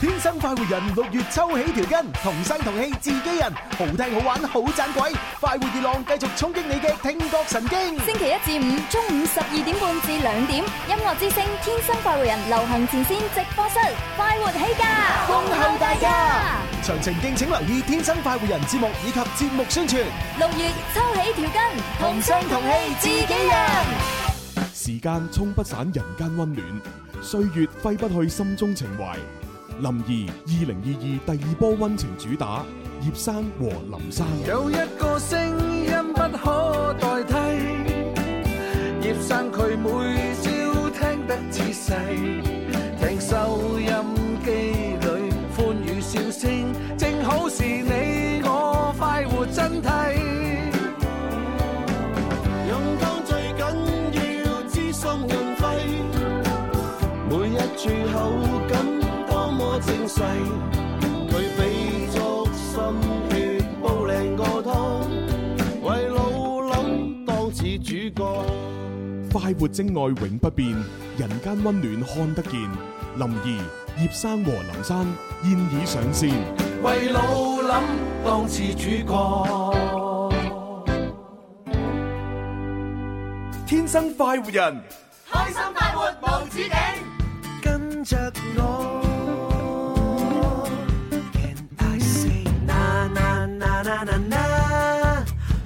天生快活人，六月抽起條筋，同聲同氣自己人，好聽好玩好盞鬼，快活熱浪繼續衝擊你嘅聽覺神經。星期一至五中午十二點半至兩點，音樂之聲天生快活人流行前線直播室，快活起價，恭候大家。詳情敬請留意《天生快活人》節目以及節目宣傳。六月抽起條筋，同聲同氣自己人。時間沖不散人間溫暖，歲月揮不去心中情懷。林怡二零二二第二波溫情主打，葉生和林生。有一個聲音不可代替，葉生佢每朝聽得仔細，聽收音機裏歡語笑聲，正好是你我快活真諦。用當最緊要知送運費，每一處口感多麼精細，佢俾足心血煲靚個湯，為老諗當似主角。快活精愛永不變，人間溫暖看得見。林怡、葉生和林生現已上線。為老諗當似主角，天生快活人，開心快活無止境，跟着我。Can I say na na na na na na?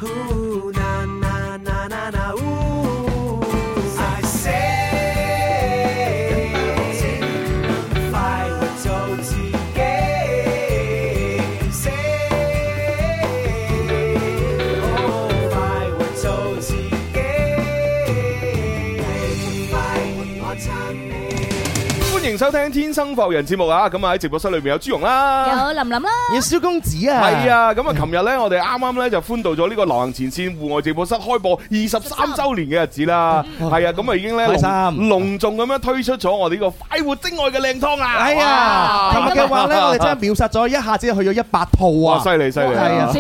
Ooh, na na na na na ooh. I say，快活做自己。Say，哦快活做自己。快活我撐你。歡迎收聽《天生浮人》節目啊！咁啊喺直播室裏面有朱容啦。有林林啦，有蕭公子啊，係啊，咁啊，琴日咧，我哋啱啱咧就歡度咗呢個流行前線戶外直播室開播二十三周年嘅日子啦。係啊，咁啊已經咧開隆心隆重咁樣推出咗我哋呢個快活精愛嘅靚湯啦。係啊，琴日嘅話咧，我哋真係秒殺咗，一下子去咗一百套哇，啊，犀利犀利！係啊，止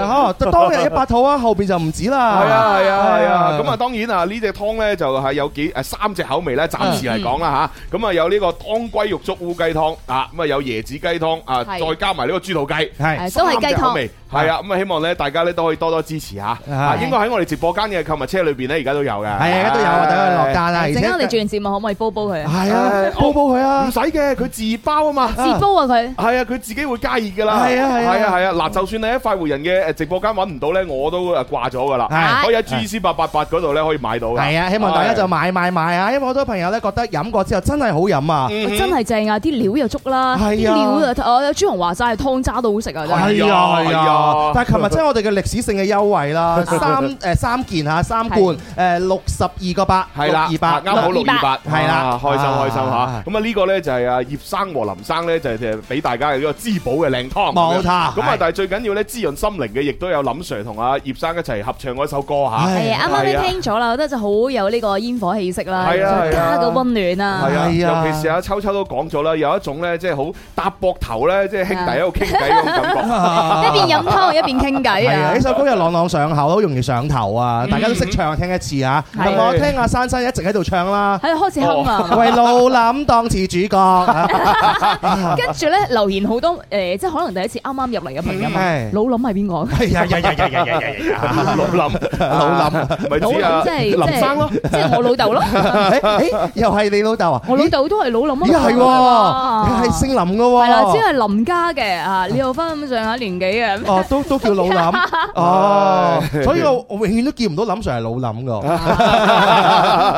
啊，可能當日一百套啊，後邊就唔止啦，係啊係啊係啊！咁啊當然啊呢只湯咧就係有幾誒三隻口味咧，暫時嚟講啦吓，咁啊有呢個當歸肉粥烏雞湯啊，咁啊有椰子雞湯啊，係再加埋呢個豬肚雞。係都係雞三隻口湯味，係啊，咁啊希望咧大家咧都可以多多支持嚇，啊應該喺我哋直播間嘅購物車裏邊咧而家都有嘅，係啊，而家都有啊，等佢落單啦，而陣且間我哋做完節目可唔可以煲煲佢啊？係啊，煲煲佢唔啊，使嘅，佢自煲啊嘛。自煲啊佢，係啊，佢自己會加熱噶啦。係啊係啊係啊，係啊。嗱，就算你喺快活人嘅誒直播間揾唔到咧，我都誒掛咗噶啦。係可以喺 G E C 八八八嗰度咧可以買到㗎。係啊，希望大家就買買買啊，因為好多朋友咧覺得飲過之後真係好飲啊，嗯哼真係正啊！啲料又足啦，係啊啲料就我有朱紅話齋係湯渣都好食啊！真係係啊係啊但係琴日真係我哋嘅歷史性嘅優惠啦，三誒三件嚇，三係罐誒六十二個八，係啦，六二八，啱好六二八，係啦啊開心啊開心嚇啊。咁啊呢個咧就係啊葉生和林生咧就係俾大家嘅呢個滋補嘅靚湯。冇咁樣錯咁啊係，但係最緊要咧滋潤心靈嘅，亦都有林 Sir 同阿葉生一齊合唱嗰首歌嚇。唉係啊，啱啱係啊都聽咗啦，我覺得就好有呢個煙火氣息啦，係啊係啊加個温暖啊，係係啊，啊尤其是阿秋秋都講咗啦，有一種咧，即係好搭膊頭咧，即係兄弟喺度傾偈嗰種感覺。一邊飲湯一邊傾偈係啊！啊呢！首歌又朗朗上口，好容易上頭啊！大家都識唱，聽一次啊！嗯係咁我聽阿珊珊一直喺度唱啦，喺度開始哼啊！為老諗當次主 角，啊跟住咧留言好多誒、即係可能第一次啱啱入嚟嘅朋友問，係老諗係邊個？係哎呀呀呀呀呀呀 dạ. 呀！老林，老林，咪老知啊諗即，係林生咯，即係即係我老豆咯，誒誒，哎又係你老豆啊？我老豆都係老咦，諗咦啊，係喎，係姓林嘅喎，係啦，只係林家嘅啊，你又翻咁上下年紀嘅。哦，都都叫老林 哦，所以我我永遠都見唔到林 Sir 係老林 噶，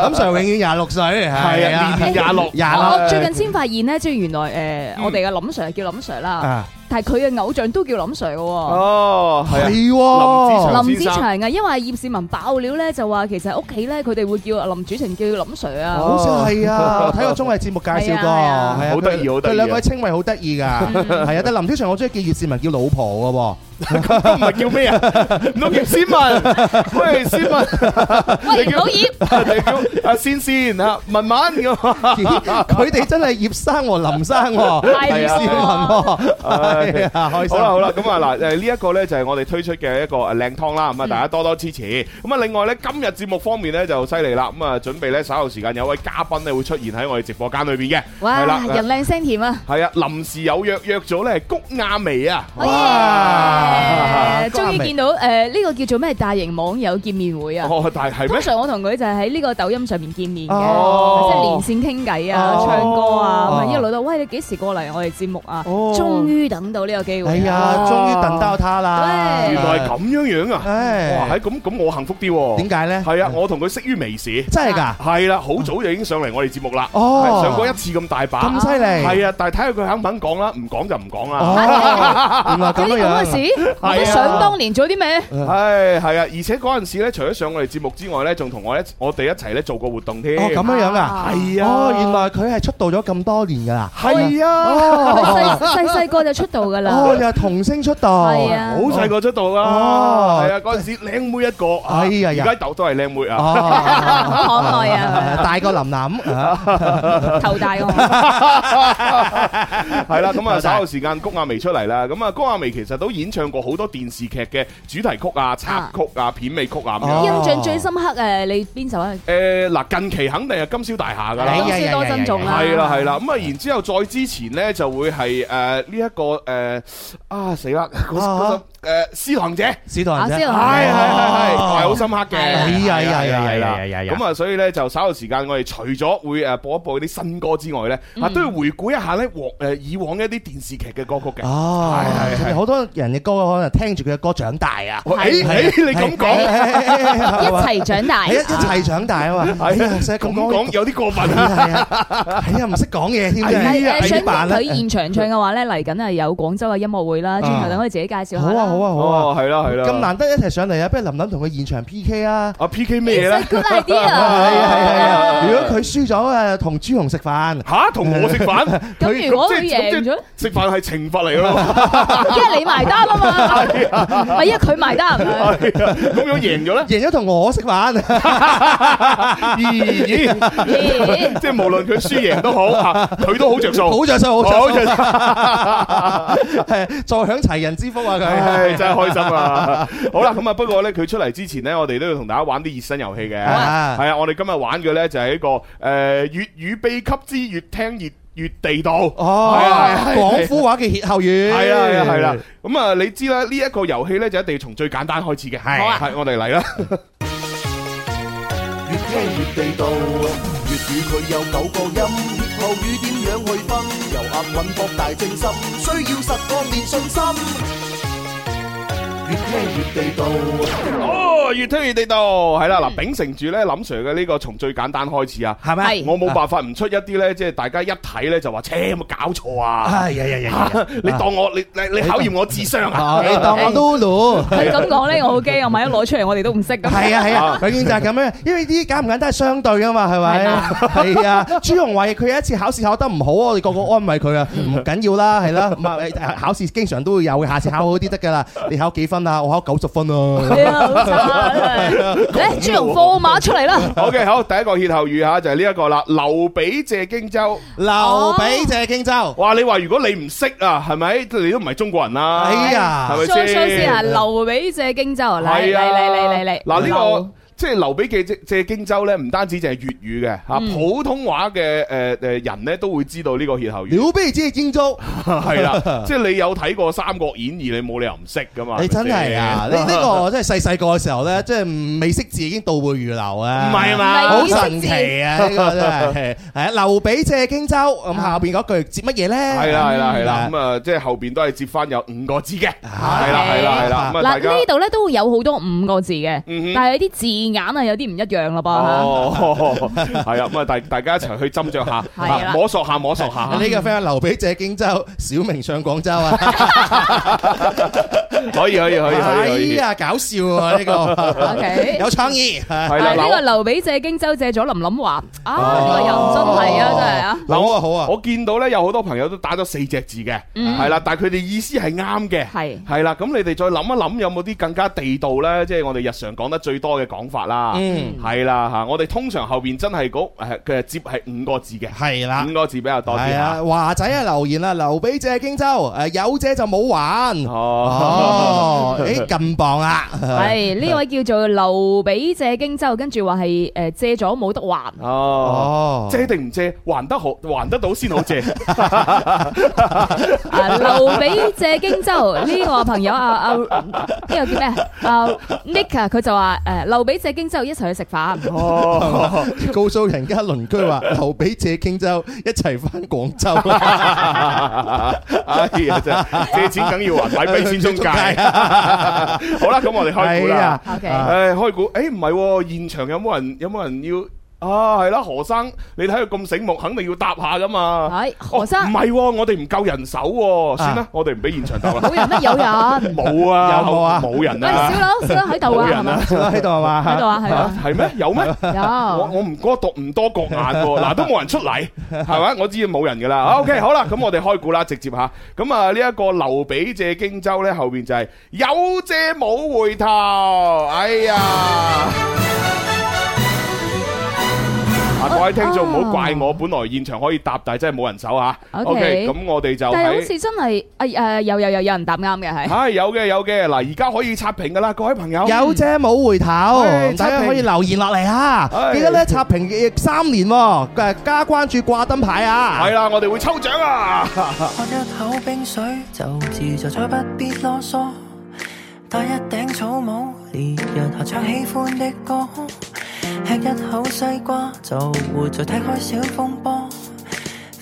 林 Sir 永遠廿六歲，係係啊，啊，年廿六，廿我六最近先發現咧，即係原來誒，我哋嘅林 Sir 叫林 Sir 啦，啊，但係佢嘅偶像都叫林 Sir 嘅喎。哦，係啊係林喎，林子先生祥啊，因為葉倩文爆料咧，就話其實屋企咧佢哋會叫林主情叫林 Sir Ờ. 啊。好似係啊，我睇過綜藝節目介紹係啊係過，啊係啊好得意佢好得意啊 à? 佢兩位稱謂好得意㗎，係啊，但林超祥我中意叫葉倩文叫老婆咁唔係叫咩啊？唔通叫先文？喂，先文，喂，你唔叫好意， 你叫阿先先啊，文文咁。佢哋真係葉生和林生喎，係啊葉善文喎，係啊，開好心。啦好啦，咁啊嗱，誒呢一個咧就係我哋推出嘅一個誒靚湯啦，咁啊大家多多支持。咁啊另外咧，今日節目方面咧就犀利啦，咁啊準備咧稍後時間有位嘉賓咧會出現喺我哋直播間裏邊嘅，係哇，啦，人靚聲甜啊！係啊，臨時有約約咗咧谷亞薇啊，Oh 哇！關終於明見到誒呢個叫做咩大型網友見面會啊！哦，但係通咩？常我同佢就係喺呢個抖音上面見面嘅，哦即係連線傾偈啊、哦唱歌啊，咁啊哦一路到喂你幾時過嚟我哋節目啊？哦終於等到呢個機哎會呀，啦，終於等到他啦！對原來係咁樣樣啊！哇，唉係，咁咁我幸福啲喎。點解咧？à. 係啊，我同佢識於微時。真係㗎，係啦，好早就已經上嚟我哋節目啦。哦係上過一次咁大把。À. 咁犀利，係啊，但係睇下佢肯唔肯講啦，唔講就唔講 Ờ. 啦。哦，原來佢咁啲樣咁嘅事，係啊我想當年做啲咩？唉，係 à, 啊，而且嗰陣時咧，除咗上我哋節目之外咧，仲同我一我哋一齊咧做過活動添。哦，咁樣樣啊，à. 係啊哦，原來佢係出道咗咁多年㗎啦，係啊，佢哦，細細細個就出道噶哦，啦，又係童星出道，係啊好 Ờ. 細個出道 à. 啦。哦係啊，嗰陣時靚妹一個。啊哎呀呀而家豆都係靚 à. 妹 Ờ. 啊。哦，好 可愛啊，大個林林啊，頭大我。係啦，咁啊，稍後時間谷亞薇出嚟啦。咁啊，谷亞薇其實都演唱過好多電視劇嘅主題曲 à, 啊、插曲啊、片尾曲啊 Ờ. 咁樣。哦印象最深刻誒，你邊首啊？誒嗱，近期肯定係金宵大廈㗎啦哎呀。多姿多珍重啦，係啦係啦，咁啊然之後再之前咧就會係誒呃呢一個誒啊死啦嗰嗰首誒《私堂者》。史道人啊史啫，道人係係係係，哦係好深刻嘅。哎呀呀呀係啦呀呀呀咁啊，所以咧就稍後時間，我哋除咗會誒播一播啲新歌之外咧，啊都要回顧一下咧往誒以往一啲電視劇嘅歌曲嘅。哦，係啊係係好多人嘅歌可能聽住佢嘅歌長大啊，喂誒誒，你咁係講，係係一齊長大係。一一齊長大啊嘛，哎呀，成日咁咁講講。有啲過分啊！係啊，係啊，唔識講嘢添哎呀啫，誒，係想點辦聽佢咧？現場唱嘅話咧，嚟緊係有廣州嘅音樂會啦，轉頭等我哋自己介紹下。好啊，好，啊，好啊！哦，係啦係啦。咁難得一齊上嚟啊，不如林林同佢現場 P K 啊！啊 P K 咩咧？ good idea！係啊係啊係啊！啊如果佢輸咗啊，同朱紅食飯。吓，同我食飯？咁如果佢即係贏，即係咗，食飯係懲罰嚟咯。因為你埋單 啊嘛，唔係因為佢埋單。係啊 咁樣贏咗咧？贏咗同我 食飯，咦咦，咦 即係無論佢輸贏都好啊，佢都好着數。好着數，好好着數，着數。 係坐享齊人之福啊！ 唉，佢真係開心啊！好啦，咁啊，不過咧，佢出嚟之前咧，我哋都要同大家玩啲熱身遊戲嘅。係啊啊，我哋今日玩嘅咧就係一個誒粵語秘笈之越聽越越地道。哦係啊係啊，廣府話嘅歇後語，係啊係啊係啦，咁啊你知啦，呢一個遊戲咧就一定要從最簡單開始嘅，係好啊係我哋嚟啦，越聽越地道，粵語佢有九個音，歇後語點樣去分？由押韻博大精深，需要實幹練信心。越聽越地道，哦，越聽越地道，係啦，嗱，秉承住咧林 Sir 嘅呢個從最簡單開始啊，係咪？係我冇辦法唔出一啲咧，即係大家一睇咧就話，切有冇搞錯啊！哎呀 呀呀！呀你當我你你你考驗我智商啊！哦，你當我 Lulu。佢咁講咧，我好驚，我萬一攞出嚟，我哋都唔識咁。係啊係啊，永遠就係咁樣，因為呢啲簡唔簡單係相對噶嘛，係咪？係啊，朱紅話佢有一次考試考得唔好，我哋個個安慰佢啊，唔緊要啦，係啦，唔係考試經常都會有嘅，下次考好啲得㗎啦。你考幾分啊？我考九十分啊！係啊，好慘嚟，朱紅放馬出嚟啦！ OK，好，第一個歇後語吓就係呢一個啦，劉備借荊州。劉備謝荊州，哇，你話如果你唔識啊，係咪？你都唔係中國人啦。哎呀係咪衰先？衰先啊，留俾借荊州嚟嚟係啊嚟嚟嚟嚟。嗱呢個。即係劉備嘅借借荊州咧，唔單止淨係粵語嘅嗯嚇，普通話嘅誒誒人咧都會知道呢個歇後語， 劉備謝荊州，係 啦。即係你有睇過《三國演義》，你冇理由唔識噶嘛？你真咪係先 啊！呢呢個我真係細細個嘅時候咧，即係未識字已經倒背如流啊！唔係嘛？好神奇啊！呢個真係係啊！劉備借荊州，咁下邊嗰句接乜嘢咧？係啦係啦係啦，嗯咁啊即係後邊都係接翻有五個字嘅，係啦係啦係啦，咁啊大嗱家呢度咧都會有好多五個字嘅，嗯哼但係有啲字眼啊有啲唔一樣啦噃。哦， 係啊，咁啊大大家一齊去斟酌下，係啦啊摸索下摸索下。呢個 friend 話劉備借荊州，小明上廣州啊！可以可以 可以可以可以。哎呀，搞笑啊 呢個 OK 有創意。係啊啦，呢個嗱劉備借荊州借咗林林華啊，Ờ. 呢個又真係啊，真係啊，嗱好我啊好啊，嗯我見到咧有好多朋友都打咗四隻字嘅，係啦，但係佢哋意思係啱嘅，係係啦，咁你哋再諗一諗有冇啲更加地道咧，即係我哋日常講得最多嘅講法啦，嗯係啦嚇，我哋通常後邊真係嗰誒嘅接係五個字嘅，係啦五。個字比較多啲啊係嚇啊，，華仔啊留言啦，劉備借 荊州，誒有借就冇還。哦。 哦，誒咁磅啦，係呢位叫做劉備借荊州，跟住話係誒借咗冇得還。 哦，哦，借定唔借，還得好，還得到先好借。 啊，劉備借荊州呢個朋友啊啊，呢個叫咩啊啊？Nick Ờ, 啊，佢就話誒劉備借荊州一齊去食飯。哦，告訴人家鄰居 話劉備借荊州，一齊翻廣州。哎呀，真係借錢梗要還，買俾錢中 介。 好啦，咁我哋 開估係啦啊。 OK，诶，開估，诶，唔係喎，現場有冇人有冇人要？啊，係啦，何生，你睇佢咁醒目，肯定要答下噶嘛。係啊何生哦唔係喎，我哋唔夠人手喎，算啦啊，我哋唔俾現場答啦。冇人乜有人？冇啊， 有冇啊冇人喂，啊小，佬，小佬喺度啊，係嘛？喺度係 嘛？喺度啊，係嘛？係咩？有咩？我有我唔多讀唔多國眼 喎，嗱都冇人出嚟，係咪？我知冇人噶啦。啊 OK，好啦，咁我哋開估啦，直接吓。咁啊呢一個劉備借荊州咧，後邊就係有借冇回頭。哎呀！啊，各位聽眾唔好怪我，本來現場可以答，但係真係冇人手吓。 OK 咁我哋就但係好喺似真係誒誒有有有有人答啱嘅係。係有嘅有嘅。嗱，而家可以刷屏噶啦，各位朋友。有啫冇回唉頭，大家可以留言落嚟啊！唉記得咧刷屏三年喎，誒加關注掛燈牌啊！係啦，我哋會抽獎啊！喝一口冰水，就自在，再不必啰嗦。戴一頂草帽，烈日下唱喜歡的歌。吃一口西瓜，就活在踢開小風波。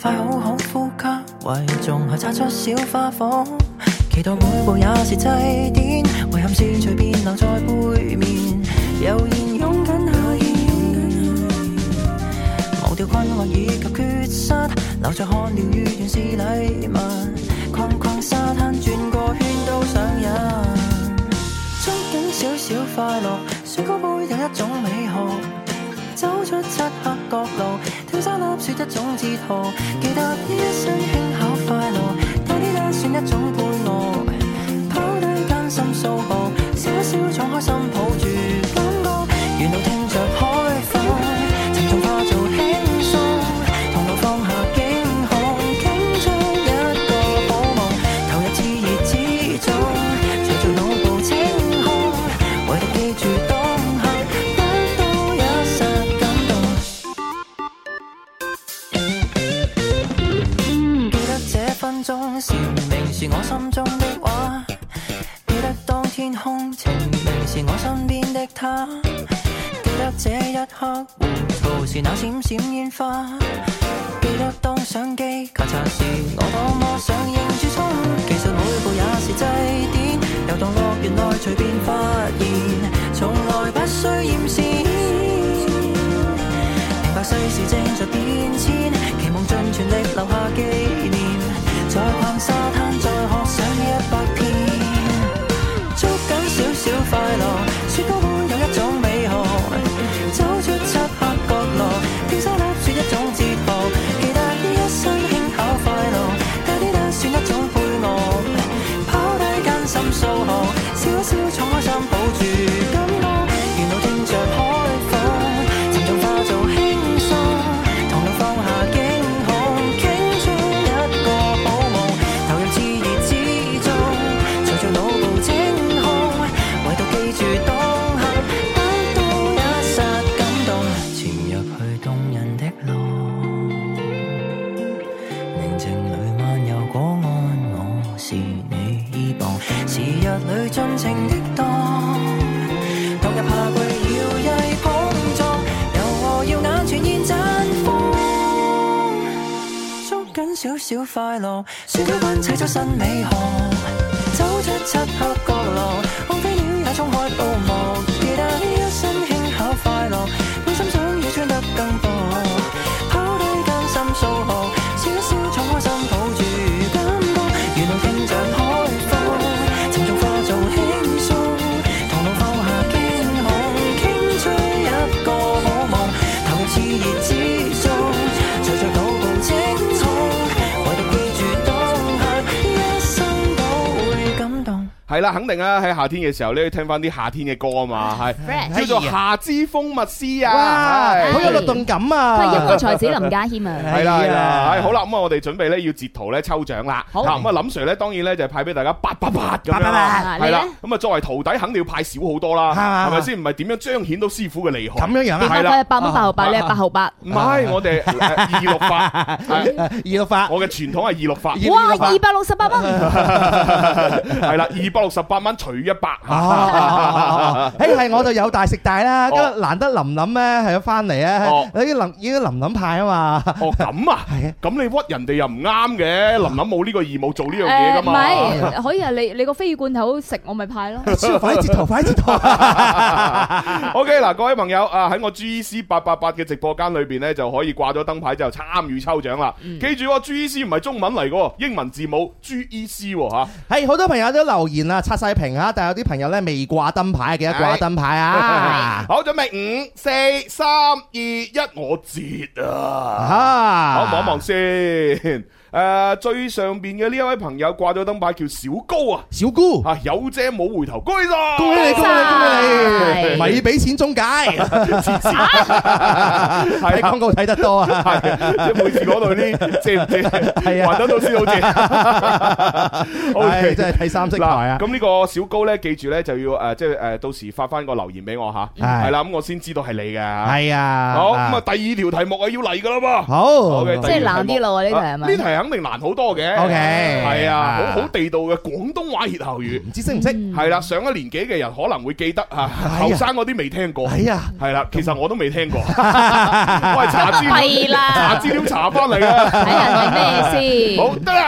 快好好呼吸，為仲夏擦出小花火。期待每步也是祭典，遺憾是隨便留在背面，悠然擁緊下意。忘掉困惑以及缺失，留在汗聊與原是禮物，逛逛沙灘轉個圈都上癮。捉緊少少快樂，雪糕杯有一種美好，走出漆黑角落，跳沙粒算一種哲學，記得呢一生輕巧快樂，大啲啦算一種伴樂，跑低艱辛數學，笑一笑敞開心抱住感覺，沿路聽着海風。沉重化做輕鬆，同路放下驚恐，傾出一個好夢，投入熾熱之中，隨著腦部清空，唯獨記住當下，得到一剎感動。記得這分鐘，蟬鳴是我心中的畫。記得當天空晴明是我身邊的他。記得這一刻，糊塗是那閃閃煙花。記得當相機咔嚓時，我多麼想認住衝。其實每步也是祭典，遊蕩樂園內隨便發現，從來不需驗線。明白世事正在變遷，期望盡全力留下紀念。再逛沙灘，再學上一百遍，捉緊少少快樂，雪糕會有一種美學。走出漆黑角落，跳沙粒算一種哲學。記得呢一生輕巧快樂，大啲啦算一種配樂。拋低艱辛數學，笑一笑敞開心抱住感覺，沿路聽着海風。沉重化做輕鬆，同路放下驚恐，傾出一個好夢，投入熾熱之中，隨著腦部清空，唯獨記住當下，得到一剎感動，潛入去動人的浪，寧靜裏漫遊果安，我是你依傍，時日裏盡情的蕩。當入夏季搖曳碰撞，柔和耀眼全現綻放。捉緊少少快樂，雪糕班砌出新美學，走出漆黑角落，放飛鳥也衝開布幕，記得呢一生輕巧快樂，滿心想要穿得更多，拋低艱辛數學，笑一笑敞開心抱住感覺，沿路聽着海風，沉重化做。係啦，肯定啦，喺夏天嘅時候咧，聽翻啲夏天嘅歌啊嘛，係叫 Fresh 做夏之風物詩啊，哇，係好有哎律動感啊！佢係音樂才子林家謙啊，係啦係啦，係好啦，咁啊，我哋準備咧要截圖咧抽獎啦。好嚇咁啊，林 Sir 咧當然咧就派俾大家八八八咁樣八啦，八係啦你呢。咁啊，作為徒弟肯定要派少好多啦，嘛係咪先？唔係點樣彰顯到師傅嘅厲害？咁樣樣啊電話 佢係係啦，啊八蚊八毫八，你係八毫八，唔係我哋呃二六八，哎係二六八，我嘅傳統係二六八。哇， 二百六十八蚊，係啦，二百六十八蚊除一百。 啊哦，誒係我就有大食大啦，哦咁難得林林咧係有翻嚟哦咧，你林依林林派啊 嘛，哦，咁啊係啊，咁你屈人哋又唔啱嘅，琳琳冇呢個義務做呢樣嘢誒噶唔嘛。係，可以係你你個飛魚罐頭食我咪派 咯，超快啲截圖，快啲截圖， O K 嗱，各位朋友啊，喺我 G C 八八八嘅直播間裏邊咧，就可以掛咗燈牌就參與抽獎啦。嗯記住喎，G C 唔係中文嚟嘅喎，英文字母 G E C 喎嚇。係好多朋友都留言啦，刷晒屏啊，但係有啲朋友咧未掛燈牌，記得掛燈牌 啊，好，準備五、四、三、二、一，我截啊！啊好，望一望先。誒、最上邊嘅呢一位朋友掛咗燈牌叫小高啊，小姑。啊有遮冇回頭，恭喜晒！恭喜你，恭喜哎晒 你，恭喜你！咪俾錢中介， 睇廣告睇 得多啊！係即係每次講到啲借唔借，係啊還得到先好 借。O 唉 K，真係睇三色台啊！咁呢個小高咧，記住咧就要誒，即係誒，到時發翻個留言俾我吓，係係啦，咁我先知道係你嘅。係啊，好，咁啊，第二條題目啊要嚟噶啦噃。好， OK，即係難啲咯喎呢題係咪呢題肯定難好多嘅。 OK 係啊，啊好好地道嘅廣東話歇後語。唔知識唔識？係啦，上一年紀嘅人可能會記得啊，呀後生嗰啲未聽過。哎呀，係啦，其實我都未聽 過，我係查資弊料，啦查資料查翻嚟嘅。睇人係咩好先？得啦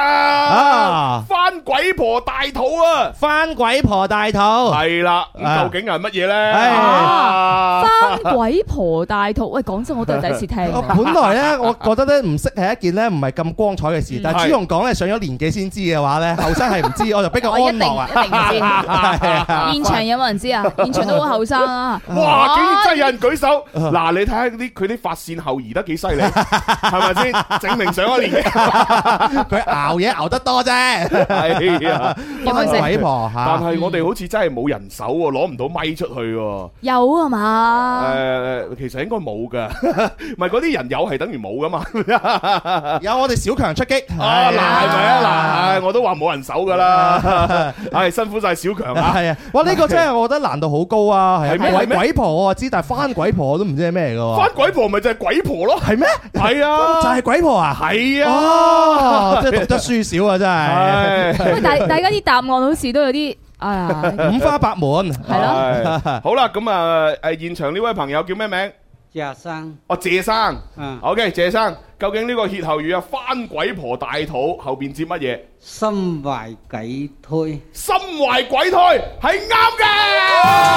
啊，翻鬼婆大肚啊！翻鬼婆大肚，係啦，咁哦啊究竟係乜嘢咧？唉啊翻鬼婆大肚，喂，講真，我都係第一次 聽。啊我本來咧，我覺得咧唔識係一件咧唔係咁光彩嘅事，但嗯係係朱紅講咧上咗年紀先知嘅話咧，後生係唔知， 我就比較我安一定一定樂啊。唔 知。係啊現場有冇人知啊？現場都好後生啊！哇！竟然真係有人舉手，啊嗱，你睇下啲佢啲髮線後移得幾犀利， 係咪先？證明上一年嘅佢熬嘢熬得多啫。 係啊。有冇翻食？鬼婆 但嚇，係我哋好似真係冇人手喎，攞唔到咪出去喎。有啊 Ờ. Ờ, 嘛？誒，其實應該冇 㗎，唔係嗰啲人有係等於冇㗎嘛。有我哋小強出擊。 哎啊，嗱係係咪啊？嗱，唉我都話冇人手㗎 啦，唉，辛苦晒小強啊！係啊，哇！呢個真係我覺得難度好高啊，係係咩啊係鬼咩鬼婆我知，但係翻鬼婆我都唔知係咩嚟噶喎。翻鬼婆咪就係鬼婆咯，係咩？係啊，就係鬼婆啊！係啊。哦，即係讀得書少啊，真 係唉喂，大 大家啲答案好似都有啲，哎呀，五花八門。係咯，係好啦，咁啊，誒，現場呢位朋友叫咩名？日生，哦，謝生。嗯， OK，謝生，究竟呢個歇後語啊，翻鬼婆大肚後邊接乜嘢？心懷鬼胎。心懷鬼胎係啱嘅，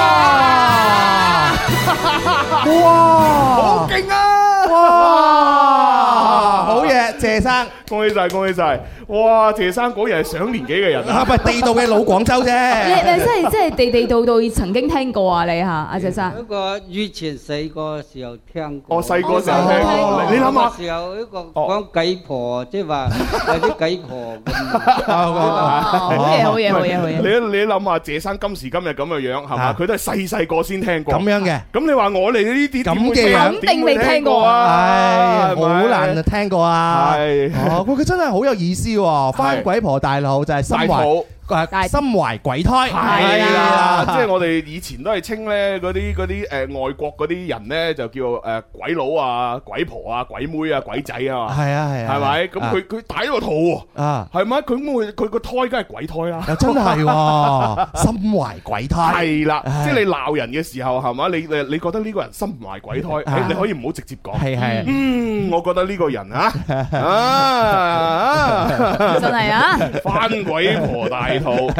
好哇！勁啊！哇！好嘢，謝生啊，恭喜晒，恭喜晒！哇，謝生果然係上年紀嘅人啊！唔係地道嘅老廣州你啫。你真係真係地地道道曾經聽過啊！你嚇阿謝生，嗯嗰個以前細個時候聽過。我細個時候聽過，哦你你諗下，哦時候呢個講鬼婆，即係話有啲鬼婆咁。哦好嘢好嘢好嘢好 你嘢！你諗下，謝生今時今日咁嘅樣係嘛？啊佢都係細細個先聽過。咁樣嘅，咁你話我哋呢啲點會咁嘅樣聽點會肯定未聽過唉啊，，好難聽過啊。係哦，佢佢真係好有意思喎，翻鬼婆大佬就係心大懷肚。大誒心懷鬼胎，係係啦，即係我我哋以前都係稱咧嗰啲嗰啲誒外國嗰啲人咧就叫誒鬼佬啊、鬼婆啊、鬼妹啊、鬼仔啊嘛，係啊係啊，係咪？咁佢佢大咗個肚喎，啊係咪？佢咁佢佢個胎梗係鬼胎啦。又真係喎，心懷鬼胎，係啦，哎唉即係你鬧人嘅時候係嘛？你你你覺得呢個人心懷鬼胎，啊你你可以唔好直接講。係係嗯，我覺得呢個人 啊啊，真係啊！翻鬼婆大肚，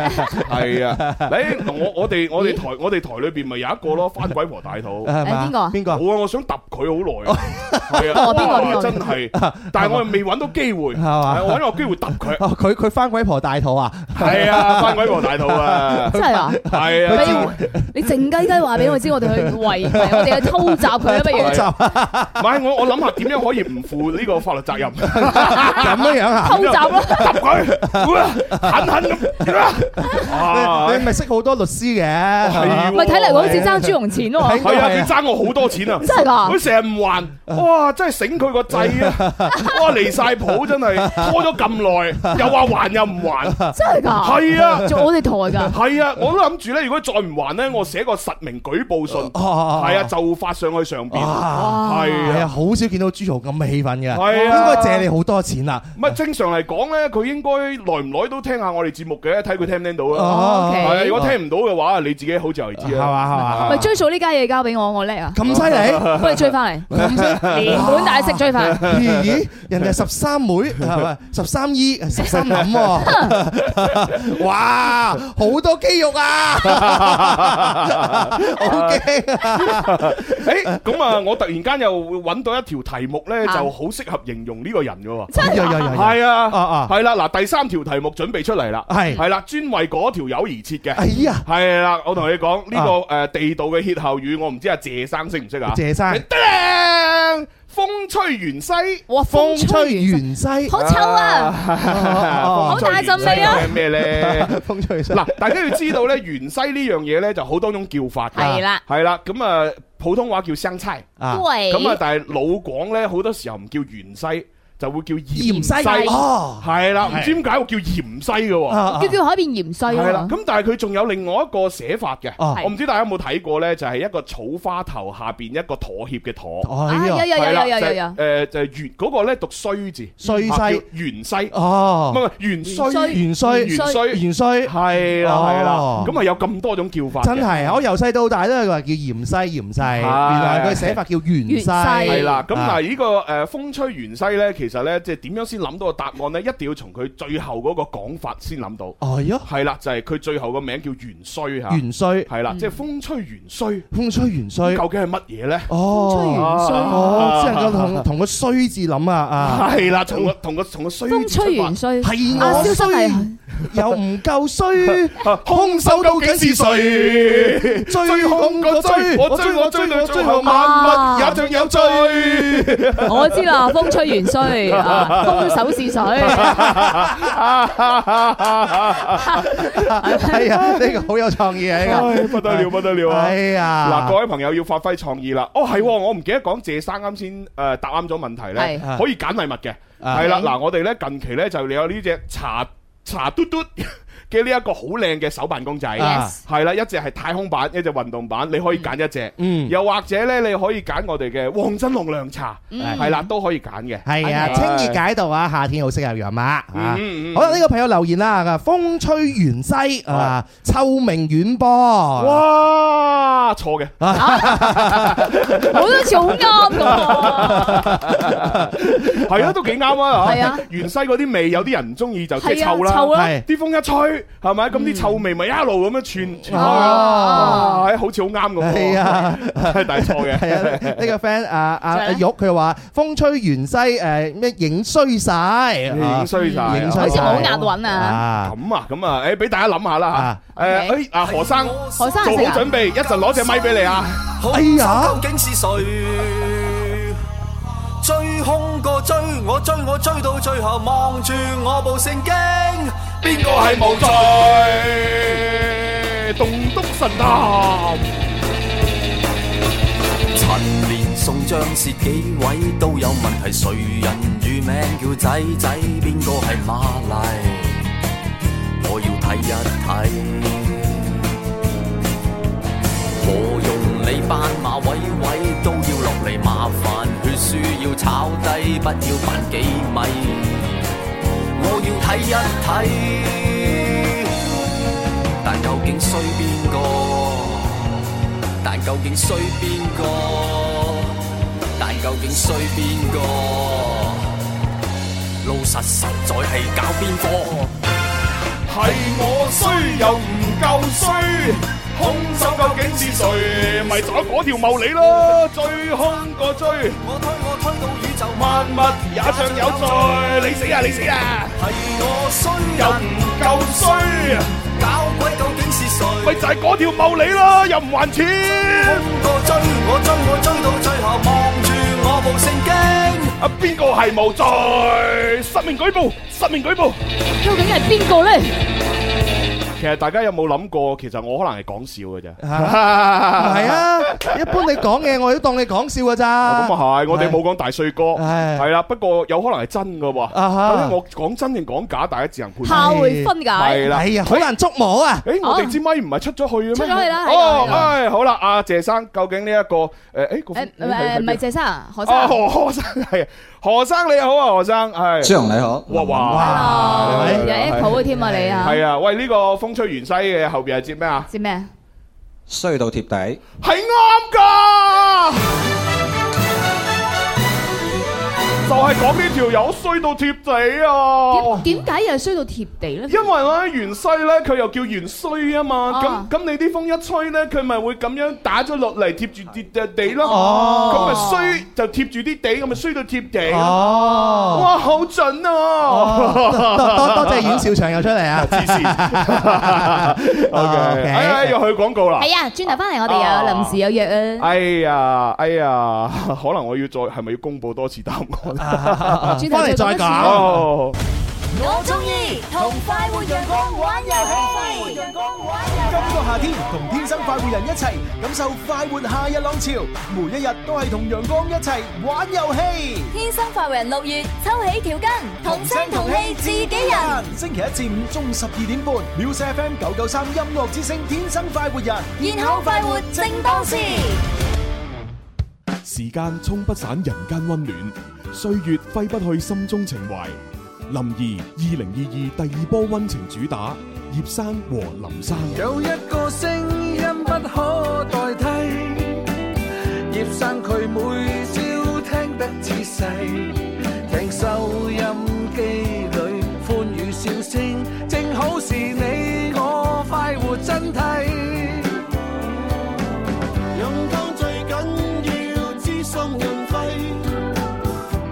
係啊！ 你我我哋我哋台我哋台裏邊咪有一個咯，翻鬼婆大肚。 係咪啊誒邊個啊邊個冇啊？啊！我想揼佢好耐啊， 係哦邊個邊個哇真係，但係我又未揾到機會，係嘛我揾個機會揼佢。 哦，佢佢翻鬼婆大肚啊！係啊，翻鬼王大肚啊！真係啊！係啊，你靜雞雞話俾我知，我哋去圍圍，我哋去偷襲佢啊 啦，不如 係唔係我我諗下點樣可以唔負呢個法律責任？咁樣樣啊！偷襲啊啦！ 揼佢，哇狠狠 咁，啊你你咪識好多律師嘅，係嘛咪係喎睇嚟我好似爭朱紅錢喎，係啊，係啊佢爭我好多錢啊！真係㗎佢成日唔還，哇！真係醒佢個掣 啊！哇，離晒譜真係拖咗咁耐，又話還又唔還，真係㗎，係啊！做我哋台㗎，係啊，我都諗住咧，如果再唔還咧，我寫個實名舉報信，哦係啊，就發上去上邊，啊係係啊，啊。好少見到朱豪咁氣憤嘅，係啊應該借你好多錢啦。唔係正常嚟講咧，佢應該耐唔耐都聽下我哋節目嘅，睇佢聽唔聽到啦。哦 OK 係啊，如果聽唔到嘅話，你自己好自為之係啊。嘛係咪嘛，追數呢家嘢交俾我，我叻 啊！咁犀 利？幫你追翻嚟，連本帶息追 翻嚟。咦咦，人哋十三妹係咪？十三姨、十三諗喎， 哇，好多肌肉 啊！好驚啊！诶，咁啊，我突然間又揾到一條題目咧，就啊好適合形容呢個人嘅喎。真係有有㗎有有，係啊啊啊，係啦，嗱，第三條題目準備出嚟啦，係係啦，專為嗰條友而設嘅。哎呀，係啦，我同你講呢個诶地道嘅歇後語，我唔知阿謝生識唔識啊？謝生得啦，風吹芫茜，哇！風風吹吹完，芫茜，好臭啊！好好大陣味啊！咩咧？ 哦風吹 芫嗱，大家要知道咧，芫茜呢樣嘢咧就好多種叫法㗎。係啦系啦，咁啊，普通話叫生猜，啊喂，咁啊，但係老廣咧好多時候唔叫芫茜，就會叫芫芫茜哦，係啦，唔知點解會叫芫茜嘅喎。啊叫叫海邊鹽系碎啦啊，！咁但係佢仲有另外一個寫法嘅，哦我唔知大家有冇睇過呢？就係一個草花頭下邊一個妥協嘅妥，哦，啊哎有呀，有有係啦有有有就有，誒就係元嗰個咧讀衰字，衰西啊叫元西，唔哦，係唔係元衰，元衰元衰，元衰。係啦係啦哦，咁啊有咁多種叫法嘅，真係，我由細到大都係話叫芫茜芫茜，原來佢寫法叫芫茜，係啦，咁啊嗱呢個誒風吹芫茜呢，其實呢，即係點樣先諗到個答案呢？一定要從佢最後嗰個講法先諗到。哎呀，係啦，就係佢最後個名叫元衰嚇，元衰，係啦，即係風吹元衰，風吹元衰，究竟係乜嘢呢？哦，風吹完哦，只能夠同同個衰字諗啊啊，係啦，同個同個同個衰風吹完出衰，係啊，消我失衰係。又唔夠衰，發，空手究竟是誰？追空個追，我追我追到最後萬物啊也像有罪。我知啦，風吹完衰，啊風手是 哎哎水，哎係啊，呢個好有創意啊，呢唉，不得了，不得了個，啊！哎嗱，呀各，位朋友要發揮創意啦！哦，係喎，我唔記得講謝生啱先誒答啱咗問題咧，係可以揀禮物嘅。啊係啦，嗱，我哋咧近期咧就有呢只茶茶嘟嘟嘅呢一個好靚嘅手辦公仔， Yes 係啦，一隻係太空版，一隻運動版，你可以揀一隻。嗯，又或者咧，你可以揀我哋嘅黃真龍涼茶，嗯係啦，都可以揀嘅。係啊，係清熱解毒啊，夏天好適合飲啊。啊哎嗯嗯嗯好啦，呢個朋友留言啦，啊佢話風吹芫茜啊，臭名遠播。哇，錯嘅，好多次好啱咁係啊，都幾啱啊！係啊，芫茜嗰啲味有啲人唔中意就即係喎，係臭啊，啦，臭啦，係啲風一吹，係咪？咁啲臭味咪一路咁樣串串開哦啊，係好似好啱咁。係，啊，但係錯嘅。係啊，呢個 friend 啊啊就係阿玉佢話風吹芫茜誒咩影衰晒，啊 影衰晒，影好衰似晒冇押韻啊，啊！咁啊，咁啊，誒，俾大家諗下啦啊嚇。誒，誒，啊，何生，何生做食啊好準備，一陣攞隻咪俾你啊！哎呀，究竟是谁？追空个追，我追我追到最后，望住我部圣经，邊個係無罪？棟篤神探。陈年宋章是几位都有问题，谁人与名叫仔仔，边个系馬麗？我要睇一睇。我用你班馬位位都要落嚟，麻煩血書要抄低，不要扮幾米。我要睇一睇，但究竟衰邊個？但究竟衰邊個？但究竟衰邊個？老實實在係搞邊科？係我衰又唔夠衰，兇手究竟是誰？咪就係嗰條茂利咯，追兇個追，我推我推到就萬物也像有罪。你死啊！你死啊！係我衰，又唔夠衰，搞鬼究竟是誰？咪就係嗰條茂利咯，又唔還錢。個追我追我追到最後，望住我部聖經。啊，邊個係無罪？實名舉報，實名舉報。究竟係邊個咧？其實大家有冇諗過？其實我可能係講笑嘅啫。係啊，一般你講嘢我都當你講笑㗎咋。咁啊係，我哋冇講大帥哥，係啦。不過有可能係真嘅喎。哈究竟我講真定講假，大家自行判斷。下回分解係啦，哎呀好難捉摸啊！誒，我哋支咪唔係出咗去嘅咩？出咗去啦喺度哦喺，度唉，好啦，阿謝生，究竟呢一個誒誒個誒誒，唔係謝生啊，何生啊，何何生係何生你好啊，何生係 朱紅你好，哇哇，hello，有 Apple 添啊你啊，係啊，喂，呢個風吹芫茜嘅後邊係接咩啊？知咩啊？衰到貼底，係啱噶，就係講呢條友衰到貼地啊！點解又係衰到貼地咧？因為咧元衰咧，佢又叫元衰啊嘛哦啊，咁咁你啲風一吹咧，佢咪會咁樣打咗落嚟貼住啲地咯，咁咪哦衰就貼住啲地，咁咪衰到貼地咯。哦哇，好準哦 多多 多啊！多謝阮兆祥又出嚟啊！ 哦 O K，哎呀，要去廣告啦。係啊，轉頭翻嚟我哋有臨時有約啊，哎呀，哎呀， 可能我要再係咪要公佈多次答啊案？轉頭再講一次翻嚟再講哦我中意同快活陽光玩遊戲。今個夏天同天生快活人一齊感受快活夏日浪潮，每一日都係同陽光一齊玩遊戲。天生快活人六月抽起條筋，同聲同氣自己人。星期一至五中午十二點半，Music FM 九九三音樂之聲，天生快活人，健康快活正當時。時間沖不散人間溫暖，歲月揮不去心中情懷。林兒二零二二第二波溫情主打，葉生和林生。有一個聲音不可代替，葉生佢每朝聽得仔細，聽收音機裏歡語笑聲，正好是你我快活真諦。飲湯最緊要知心潤肺，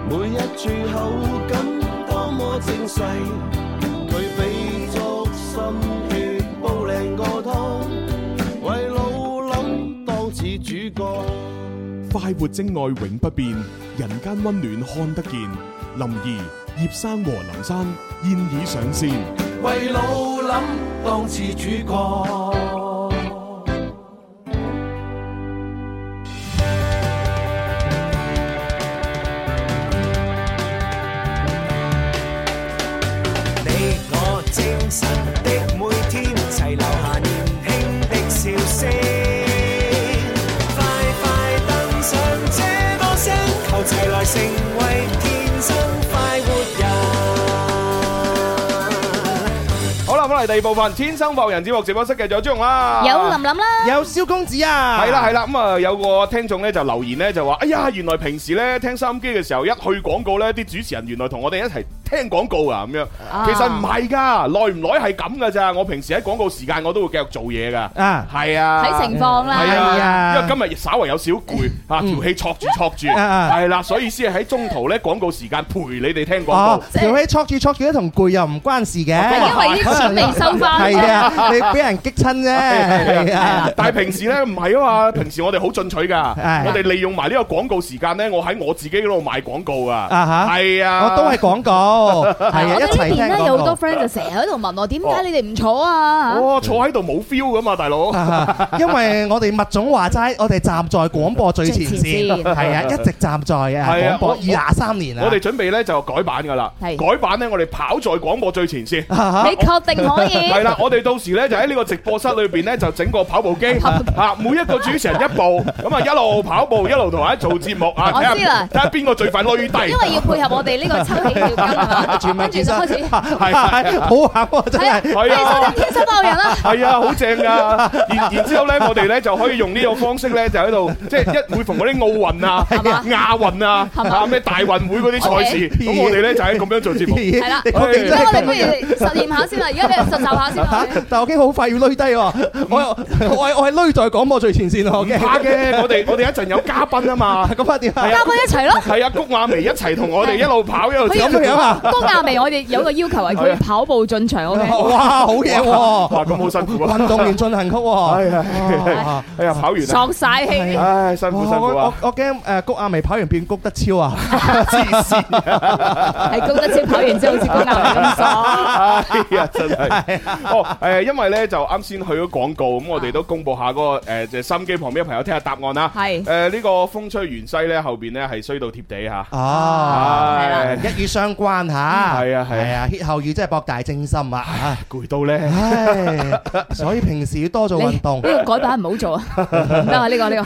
每一處口感多麼精細，佢俾足心血煲靚個湯，為老諗當似主角。快活精愛永不變，人間溫暖看得見。林兒、葉生和林生現已上線。為老諗當似主角。你我精神的每天，齊留下年輕的笑聲。快快登上這歌聲，求齊來成為天生快活人。好啦，翻嚟第二部分《天生浮人》節目直播室繼續有朱紅啦，有林林啦，有蕭公子啊係啦係啦，咁啊有個聽眾咧就留言咧就話：哎呀，原來平時咧聽收音機嘅時候，一去廣告咧，啲主持人原來同我哋一齊聽廣告啊咁樣。啊其實唔係㗎，耐唔耐係咁㗎咋。我平時喺廣告時間我都會繼續做嘢㗎。啊，係啊，睇情況啦係係啊，啊因為今日稍為有少攰啊，條氣挫住挫住，啊啊係啦，所以先係喺中途咧廣告時間陪你哋聽廣告哦，。條氣戳住戳住都同攰又唔關事嘅，哦啊係因為啲錢未收返係啊，你俾人激親啫，哎係係啊。但係平時咧唔係啊嘛，平時我哋好進取噶，係我哋利用埋呢個廣告時間咧，我喺我自己嗰度賣廣告啊，啊哈，係啊，我都係廣告，係啊，我一哋齊呢聽邊咧廣有好多告。 friend 就成日喺度問我點解你哋唔坐啊？哦，坐喺度冇 feel 噶嘛，大佬， 啊因為我哋物種話齋，我哋站在廣播最前最前線，線係啊，一直站在啊係啊廣播我二廿三年啊， 我哋準備咧就改版噶啦，係改版咧我哋跑在廣播最前線，哈你確定可以係啦，我哋到時咧就喺呢個直播室裏邊咧就整個跑步 機啊，每一個主持人一步，咁啊一路跑步一路同大家做節目啊，我睇下知啦睇下邊個最快累低，因為要配合我哋呢個抽氣條筋啊全民健身，跟住就開始係好玩喎，真係。係啊，天生快活人啦，係啊，好正噶！然然之後咧，我哋咧就可以用呢個方式咧，就喺度即係一每逢嗰啲奧運啊、亞運啊、係嘛啊咩大運會嗰啲賽事， OK 咁我哋咧就係咁樣做節 目。係啦，咁哎我哋不如實驗下先啦，而家俾人實習下先啦。 但我驚好快要攣低喎，嗯我我我係攣在廣播最前線咯，我 驚。怕嘅，我哋我哋一陣有嘉賓啊嘛，咁啊點啊？嘉賓一齊咯係啊，谷亞薇一齊同我哋一路跑一路可以走高亞薇，我哋有個要求係佢跑步進場，OK？哇，好嘢喎！啊哇，咁好辛苦啊！運動員進行曲 喎，係啊，哎呀，跑完啦索，晒氣。唉，辛苦辛苦我啊！我驚誒谷亞薇跑完變谷德超 啊！係高德超跑完之後，好似高亞薇咁爽。哎呀，真係哦，誒，因為咧就啱先去咗廣告，咁我哋都公佈下嗰個誒，即係心機旁邊嘅朋友聽下答案啦。係誒，呢個風吹芫茜咧，後邊咧係衰到貼地嚇。哦係，一語相關嚇，啊係啊係啊係啊，歇後語真係博大精深啊！ 啊攰到咧，唉，所以平時要多做運動呢。個改版唔好做啊，唔得啊！呢個呢個，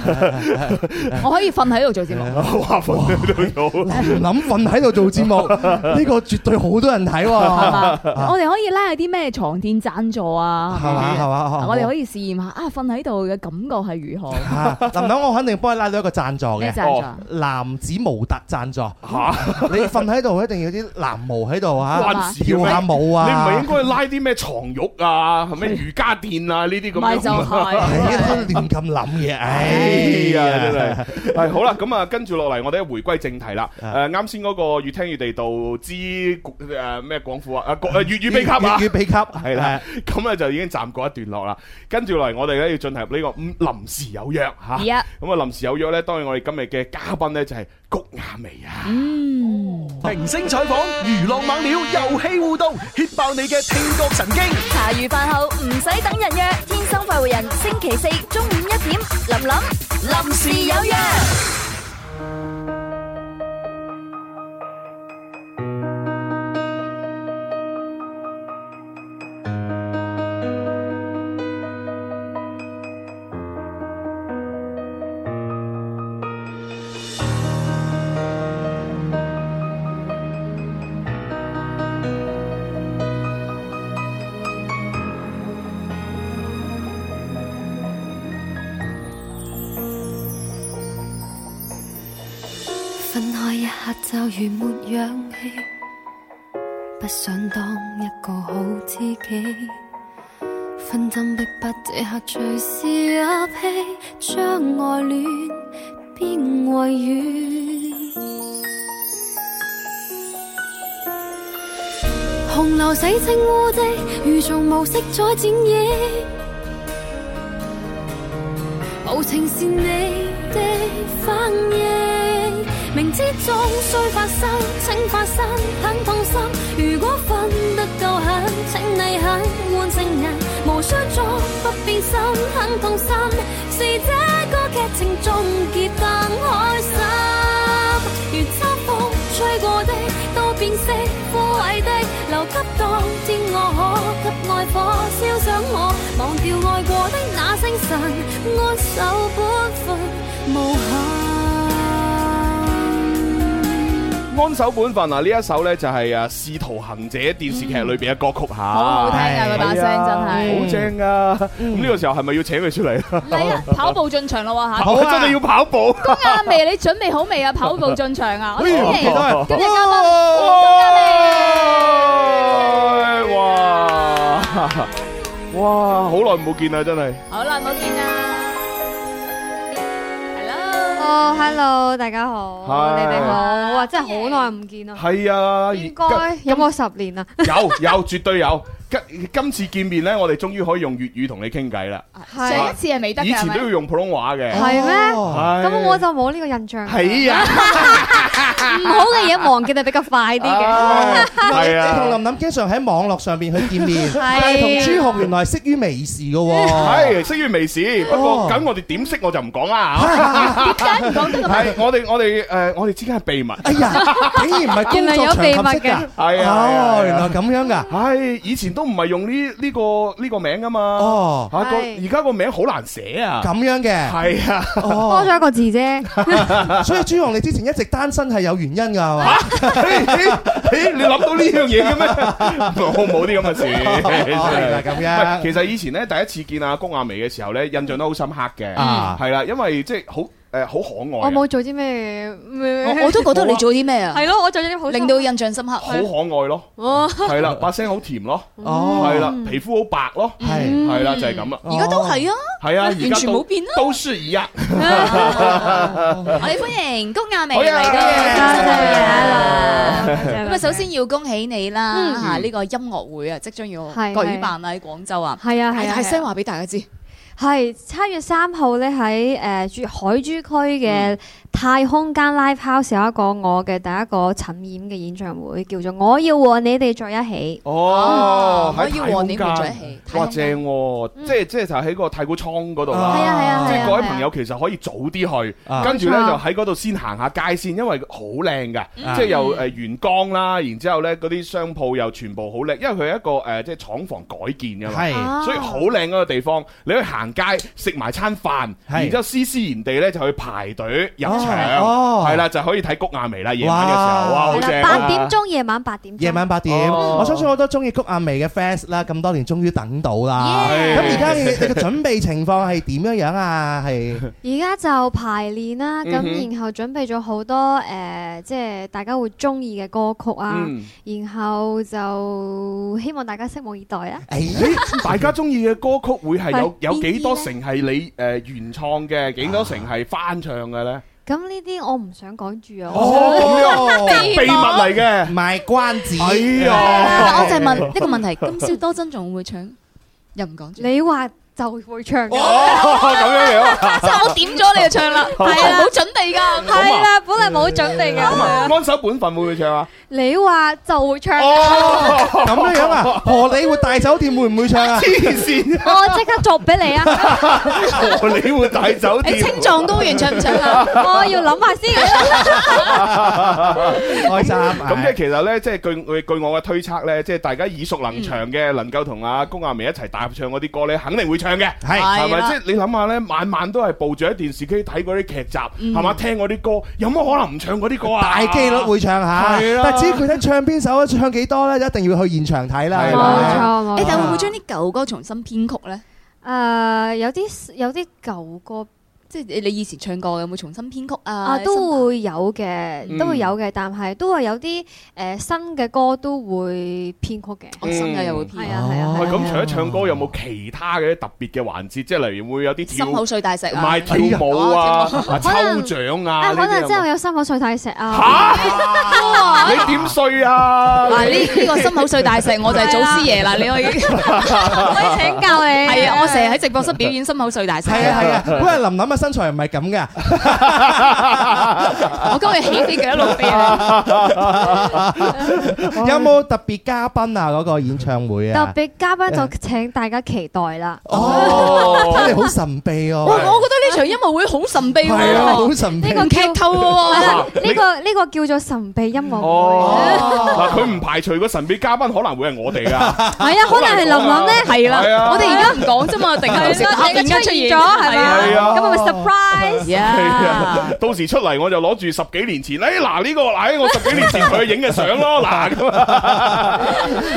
我可以瞓喺度做節目。哇，瞓到到。唔諗瞓喺度做節目， 呢個絕對好多人睇喎。係嘛啊？我哋可以拉下啲咩床墊贊助啊？ 係嘛係嘛我哋可以試驗下啊，瞓喺度嘅感覺係如何？啊林林，我肯定幫你拉到一個贊助咩嘅贊助哦啊？男子模特 贊助。你瞓喺度一定要啲男模喺度關嚇，事嘅跳咩下舞你唔係啊應！該拉啲咩床褥啊，係咩瑜伽墊啊呢啲咁樣？咪就係。係亂咁諗嘢， 哎唉呀，真係係好啦，咁啊，跟住落嚟，我哋回歸正題啦。啊誒，啱先嗰個越聽越地道之誒咩廣府話啊，國誒粵語秘笈啊 粵，語秘笈係啦，咁咧就已經暫過一段落啦。跟住落嚟，我哋咧要進入呢個嗯臨時有約嚇。咁 Dạ. 啊， Yeah 臨時有約咧，當然我哋今日嘅嘉賓咧就係谷雅薇啊。嗯明星採訪、娛樂猛料、遊戲互動，揭爆你嘅聽覺神經。茶餘飯後唔使等人約，天生快活人，星期四中午一點，林林臨時有約。分開一刻就如沒氧氣，不想當一個好知己。紛爭逼迫這刻隨時也疲，將愛戀變為怨。洪流洗清污跡，如從無色彩剪影。無情是你的反應，明知終須發生，請發生，很痛心。如果瞓得夠狠，請你肯換情人，無需裝不變心，很痛心。是這個劇情終結更開心。如秋風吹過的，都變色枯萎的，留給當天我可給愛火燒傷我，忘掉愛過的那星辰，安守本分無憾。安守本分啊！呢一首咧就係啊《仕途行者》電視劇裏邊嘅歌曲嚇。好好嗯聽啊！佢把聲好真係。正啊！咁呢個時候係咪要請佢出嚟啊？嚟啊！跑步進場咯嚇。跑真係要跑步。高亞薇，你準備好未啊？跑步進場啊！我哋哎呀歡期待迎今日嘉賓高亞薇。哇哇，好耐冇見啦，真係。好耐冇見啦。哦，hello，大家好， Hi 你哋好，哇，真係好耐唔見啊，係啊，應該有冇十年啊？有有絕對有。今今次見面咧，我哋終於可以用粵語同你傾偈啦。係上一次係未得以嘅係前咪都？要用普通話嘅。係咩？係咁我就冇呢個印象。係啊，唔好嘅嘢忘記得比較快啲嘅。係 你啊同林琳經常喺網絡上邊去 見面，係啊但係同朱紅原來識於微時嘅喎。係識於微時，不過咁我哋點識我就唔講啦。點解唔講得咁係我哋我哋誒我哋之間係秘密。哎呀，竟然唔係工作場合識㗎，係啊係哦，啊原來咁樣㗎。唉，以前都唔係用呢呢個呢個名噶嘛，哦嚇個係而家個名好難寫啊，咁樣嘅， 係啊，多哦，咗一個字啫，所以朱紅你之前一直單身係有原因㗎，係嘛？咦，你諗到呢樣嘢嘅 咩？我冇啲咁嘅事。哦原來咁樣喂其實以前咧第一次見阿谷亞薇嘅時候咧，印象都好深刻嘅。啊係啦，因為即係好誒好可愛啊。我冇做啲咩，我我都覺得你做啲咩啊？係咯，我做咗啲好令到印象深刻。好可愛咯，哇係啦，把聲好甜咯，哦係啦，皮膚好白咯，係係啦，就係咁啦。而家都係啊，係啊，而完家全都冇 變啊， 都是一樣。我哋歡迎谷亞薇好嚟嘢到新秀嘅啦。咁多啊，謝首先要恭喜你啦嗯嚇！呢個音樂會啊，即將要係舉辦啦喺廣州啊。係啊係啊大係啊大聲話俾大家知。係七月三號咧喺誒珠海珠區嘅太空間 live house 有一個我嘅第一個陳演嘅演唱會，叫做《我要和你哋在一起》。哦，可喺以太啊和空你間們在一起，哇正喎！即係即係就喺個太古倉嗰度啦。係嗯啊係啊即係係啊各位係啊朋友其實可以早啲去，啊跟住咧冇錯就喺嗰度先行下街先，因為好靚㗎，嗯即係又誒沿江啦，然之後咧嗰啲商鋪又全部好靚，因為佢係一個誒即係廠房改建㗎係嘛，啊所以好靚嗰個地方，你去行街食埋餐飯，然之後施施然地咧就去排隊入場，哦係啦就可以睇谷亞薇啦，夜晚嘅時候，哇哇好係啦正啊！八點鐘夜晚八點鐘。夜晚八點，哦我相信好多中意谷亞薇嘅 fans 啦，咁多年終於等到啦。 Yeah 咁而家你你嘅準備情況係點樣樣啊？ 係而家就排練啦，咁、嗯哼然後準備咗好多誒、呃即係大家會中意嘅歌曲啊，嗯然後就希望大家拭目以待 啊！哎誒大家中意嘅歌曲會係有係有幾多成係你誒呃原創嘅，幾多成係翻唱嘅咧？咁呢啲我唔想講住啊，哦，我咁想樣秘密嚟嘅，賣關子。哎我就呀，係問呢個問題，今宵多珍仲會唔會唱？又唔講住。你話就會唱㗎。哦，咁樣樣啊，即係我點咗你就 唱啦，係啊，冇準備㗎，係啦，本嚟冇準備咁啊，㗎。安守本分會唔會唱啊？你話就會唱，咁樣樣啊？荷里活大酒店會唔會 唱啊？黐線！ 我即刻作俾你啊！荷 里活大酒店，你青藏 高原唱唔唱啊？我要諗下先。開心。啊咁即係其實咧，即係據據據我嘅推測咧，即係大家耳熟能詳嘅，能夠同阿谷亞薇一齊大合唱嗰啲歌咧，肯定會唱嘅，係係係咪？啦即係你諗下咧，晚晚都係抱住喺電視機睇嗰啲劇集，嗯係嘛？聽嗰啲歌，有乜可能唔唱嗰啲歌啊？大機率會唱下係啦，但至於佢睇唱邊首唱幾多咧，一定要去現場睇啦。係啦 哦誒，但係會唔會將啲舊歌重新編曲咧？誒，呃有啲有啲舊歌。即係你以前唱過有冇重新編曲啊？啊，都會有嘅，都嗯會有嘅，但係都會有啲誒新嘅歌都會編曲嘅，新嘅又會編係啊係啊，喂，咁除咗唱歌，有冇其他嘅特別嘅環節？即係例如會有啲跳心口碎大石啊唔係跳舞啊，啊抽可能獎啊啊可呢啲能有之後冇。有心口碎大石啊，你點碎啊？嗱，呢呢個心口碎大石，我就係祖師爺啦！你可以可以 請教你係啊，我成日喺直播室表演心口碎大石。係 啊係啊，本來琳琳嘅身材唔係咁嘅。 我今日起飛腳一路飛啊！ 有冇特別嘉賓啊？嗰個演唱會啊特？別嘉賓就請大家期待啦。哦，睇嚟好神秘哦。哇，我覺得呢場音樂會好神秘喎，係啊好神秘呢個劇透喎，哦 啊呢個呢個叫做神秘音樂哦，嗱，佢唔排除個神秘嘉賓可能會係我哋噶。係啊，可能係琳琳咧，係係啦，啊我哋而家唔講啫嘛，突然係間啦突然間出現突然間出現咗係咪啊係啊咁係咪 surprise？係啊到時出嚟我就攞住十幾年前，誒嗱呢個哎嗱我十幾年前佢影嘅相咯，嗱咁啊。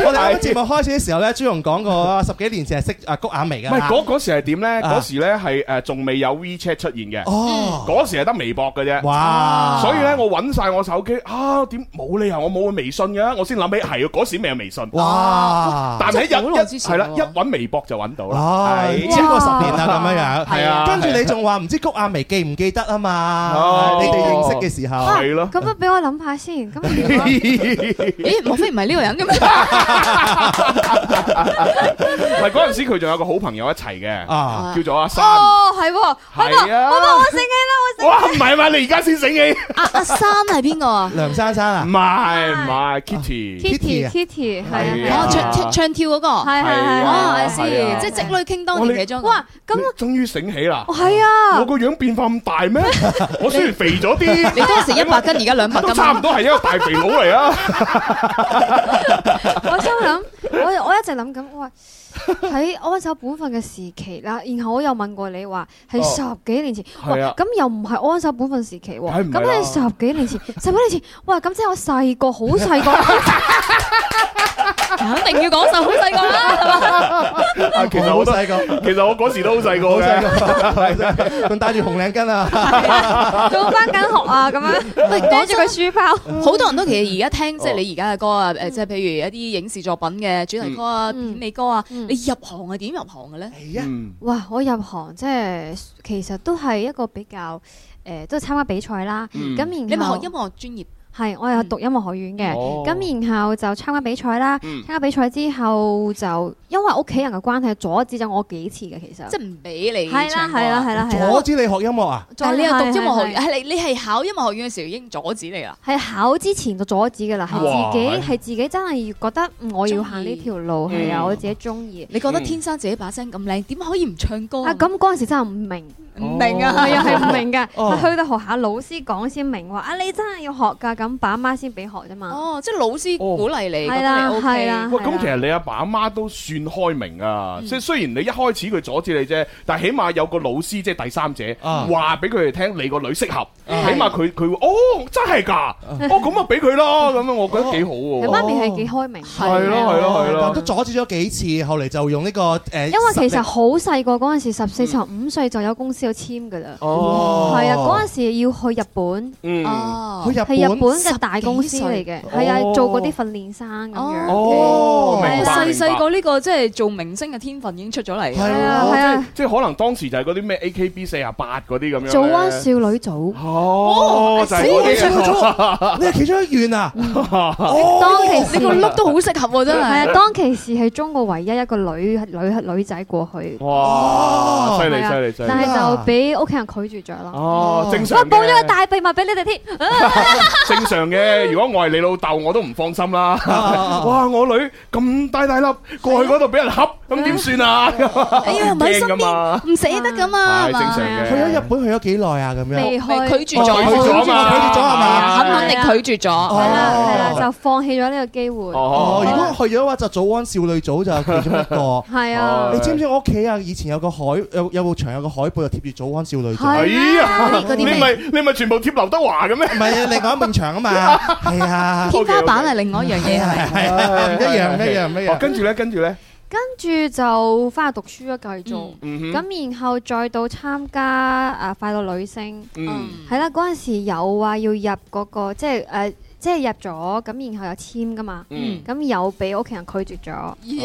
我哋喺節目開始嘅時候咧，朱紅講過十幾年前係識啊谷亞薇唔㗎係啦。嗰嗰時係點咧？啊嗰時咧係誒仲未有 WeChat 出現嘅，哦嗰時係得微博嘅啫。哇所以咧，我揾晒我手機啊，點冇理由我冇微信嘅？我先諗起係啊，嗰時未有微信。哇但係一真係好耐之一前係啦，喎一揾微博就揾到啦。哦，係 超過十年啦，咁樣樣。係啊跟住你仲話唔知谷亞薇記唔記得啊嘛哦？你哋認識嘅時候啊係咯咁啊，俾我諗下先。咁啊如果 咦，莫非唔係呢個人咁樣？唔係嗰陣時，佢仲有個好朋友一齊嘅，啊叫做阿山。哦，係喎，好嘛，係啊好嘛，我醒起啦，哇，我唔醒起。係嘛？你而家先醒起？阿阿山係邊個啊？梁珊珊啊？唔係唔係，Kitty。 Kitty Kitty 係係啊，啊哦，唱唱唱跳嗰個，係係係哦，係係先啊，即係直女傾當年其中一個。哇，咁終於醒起啦！係啊我個樣變化咁大 咩？我雖然肥咗啲，你當時一百斤，而家兩百都斤。啊差唔多係一個大肥佬嚟啊！我心諗，我我一一直諗緊，喂，喺安守本分嘅時期啦，然後我又問過你話係十幾年前，哦哇係啊咁又唔係安守本分時期喎，梗係唔係啦咁你十幾年前、 十幾年前，哇，咁即係我細個好細個，肯定要講就好細個啦，係嘛？啊其實好細個，其實我嗰時都好細個 嘅， 仲戴住紅領巾啊，仲翻緊學啊咁樣， 喂攞住個書嗯包，好多人都其實而哦家聽即係你而家嘅歌啊，誒即係譬如一啲影視作品嘅主題歌啊、嗯片尾歌啊，你入行係點入行嘅哎咧？嗯哇！我入行即係其實都係一個比較誒、呃都參加比賽啦。咁、嗯然後你咪學音樂專業？係，我有讀音樂學院嗯嘅。哦咁、然後就參加比賽啦。嗯參加比賽之後就因為屋企人嘅關係，阻止咗我幾次嘅其實。即係唔俾你係啦唱歌係啦啊係啦係啦阻。止你學音樂啊？但係你又讀音樂學係係院，係係你你係考音樂學院嘅時候已經阻止你啦。係考之前就阻止㗎啦，係哇自己係係自己真係覺得嗯我要行呢條路鍾意係啊，嗯我自己中意。你覺嗯得天生自己把聲咁靚，點可以唔唱歌啊，咁嗰陣時真係唔明，哦唔明 啊係啊，係唔明㗎。 哦去到學校老師講先明，話啊你真係要學㗎，咁爸媽先俾學啫嘛。哦，即係老師鼓勵你，哦覺係得啦你 OK。係啦喂，咁其實你阿爸阿媽都算開明啊，嗯即係雖然你一開始佢阻止你啫，但係起碼有個老師即係第三者話俾佢哋聽你個女適合，啊起碼佢佢會哦真係㗎，哦咁啊俾佢啦，咁樣我覺得幾好你喎。媽咪係幾哦開明，係咯哦係咯啊係咯哦都阻止咗幾次，後嚟就用呢個誒，因為其實實好細個嗰陣時，十四、十五歲就有公司要簽㗎啦。哦係啊，嗰陣時要去日本。嗯哦去日本係日本嘅大公司嚟嘅，係啊哦，做嗰啲訓練生咁樣。哦係明白細明白細個呢個即係做明星嘅天分已經出咗嚟。係啊係啊，哦即係可能當時就係嗰啲咩 AKB 四啊八嗰啲咁樣咧。早安少女組。哦，就係嗰啲你係其中一員啊！當哦其時你哦個碌都好適合喎，真係。係啊，當其時係中國唯一一個女女女仔過去。哦哇！啊犀利係啊犀利犀利！但係就俾屋企人拒絕咗咯。哦正常我報咗個嘅大秘密俾你哋添。啊正常嘅，如果我係你老豆，我都唔放心啦啊。哇！我女咁大大粒，過去嗰度俾人恰，咁點算啊？哎呀唔喺身邊嘛。唔捨得㗎嘛，係正常嘅去咗日本去咗幾耐啊？咁樣未拒去拒絕咗哦拒絕咗嘛拒絕咗係 À, 嘛肯肯定拒絕咗。係啦係啦，就放棄咗呢個機會。哦，如果去咗嘅話，就早安少女組就其中一個。 係啊哦你知唔知我屋企啊？以前有個海有有部牆有個海報就貼住早安少女組。啊哎呀，你唔咪你咪全部貼劉德華嘅咩？唔係另外一面牆 啊嘛，係啊，天花板係另外一樣嘢 係咪？唔一樣唔一樣唔一樣哦跟住咧，跟住咧，跟住就翻去讀書啦，繼續。嗯哼咁然後再到參加啊快樂女聲，嗯係啦，嗰陣時有話要入嗰個即係誒。即係入咗，咁然後有簽噶嘛，嗯咁有俾屋企人拒絕咗，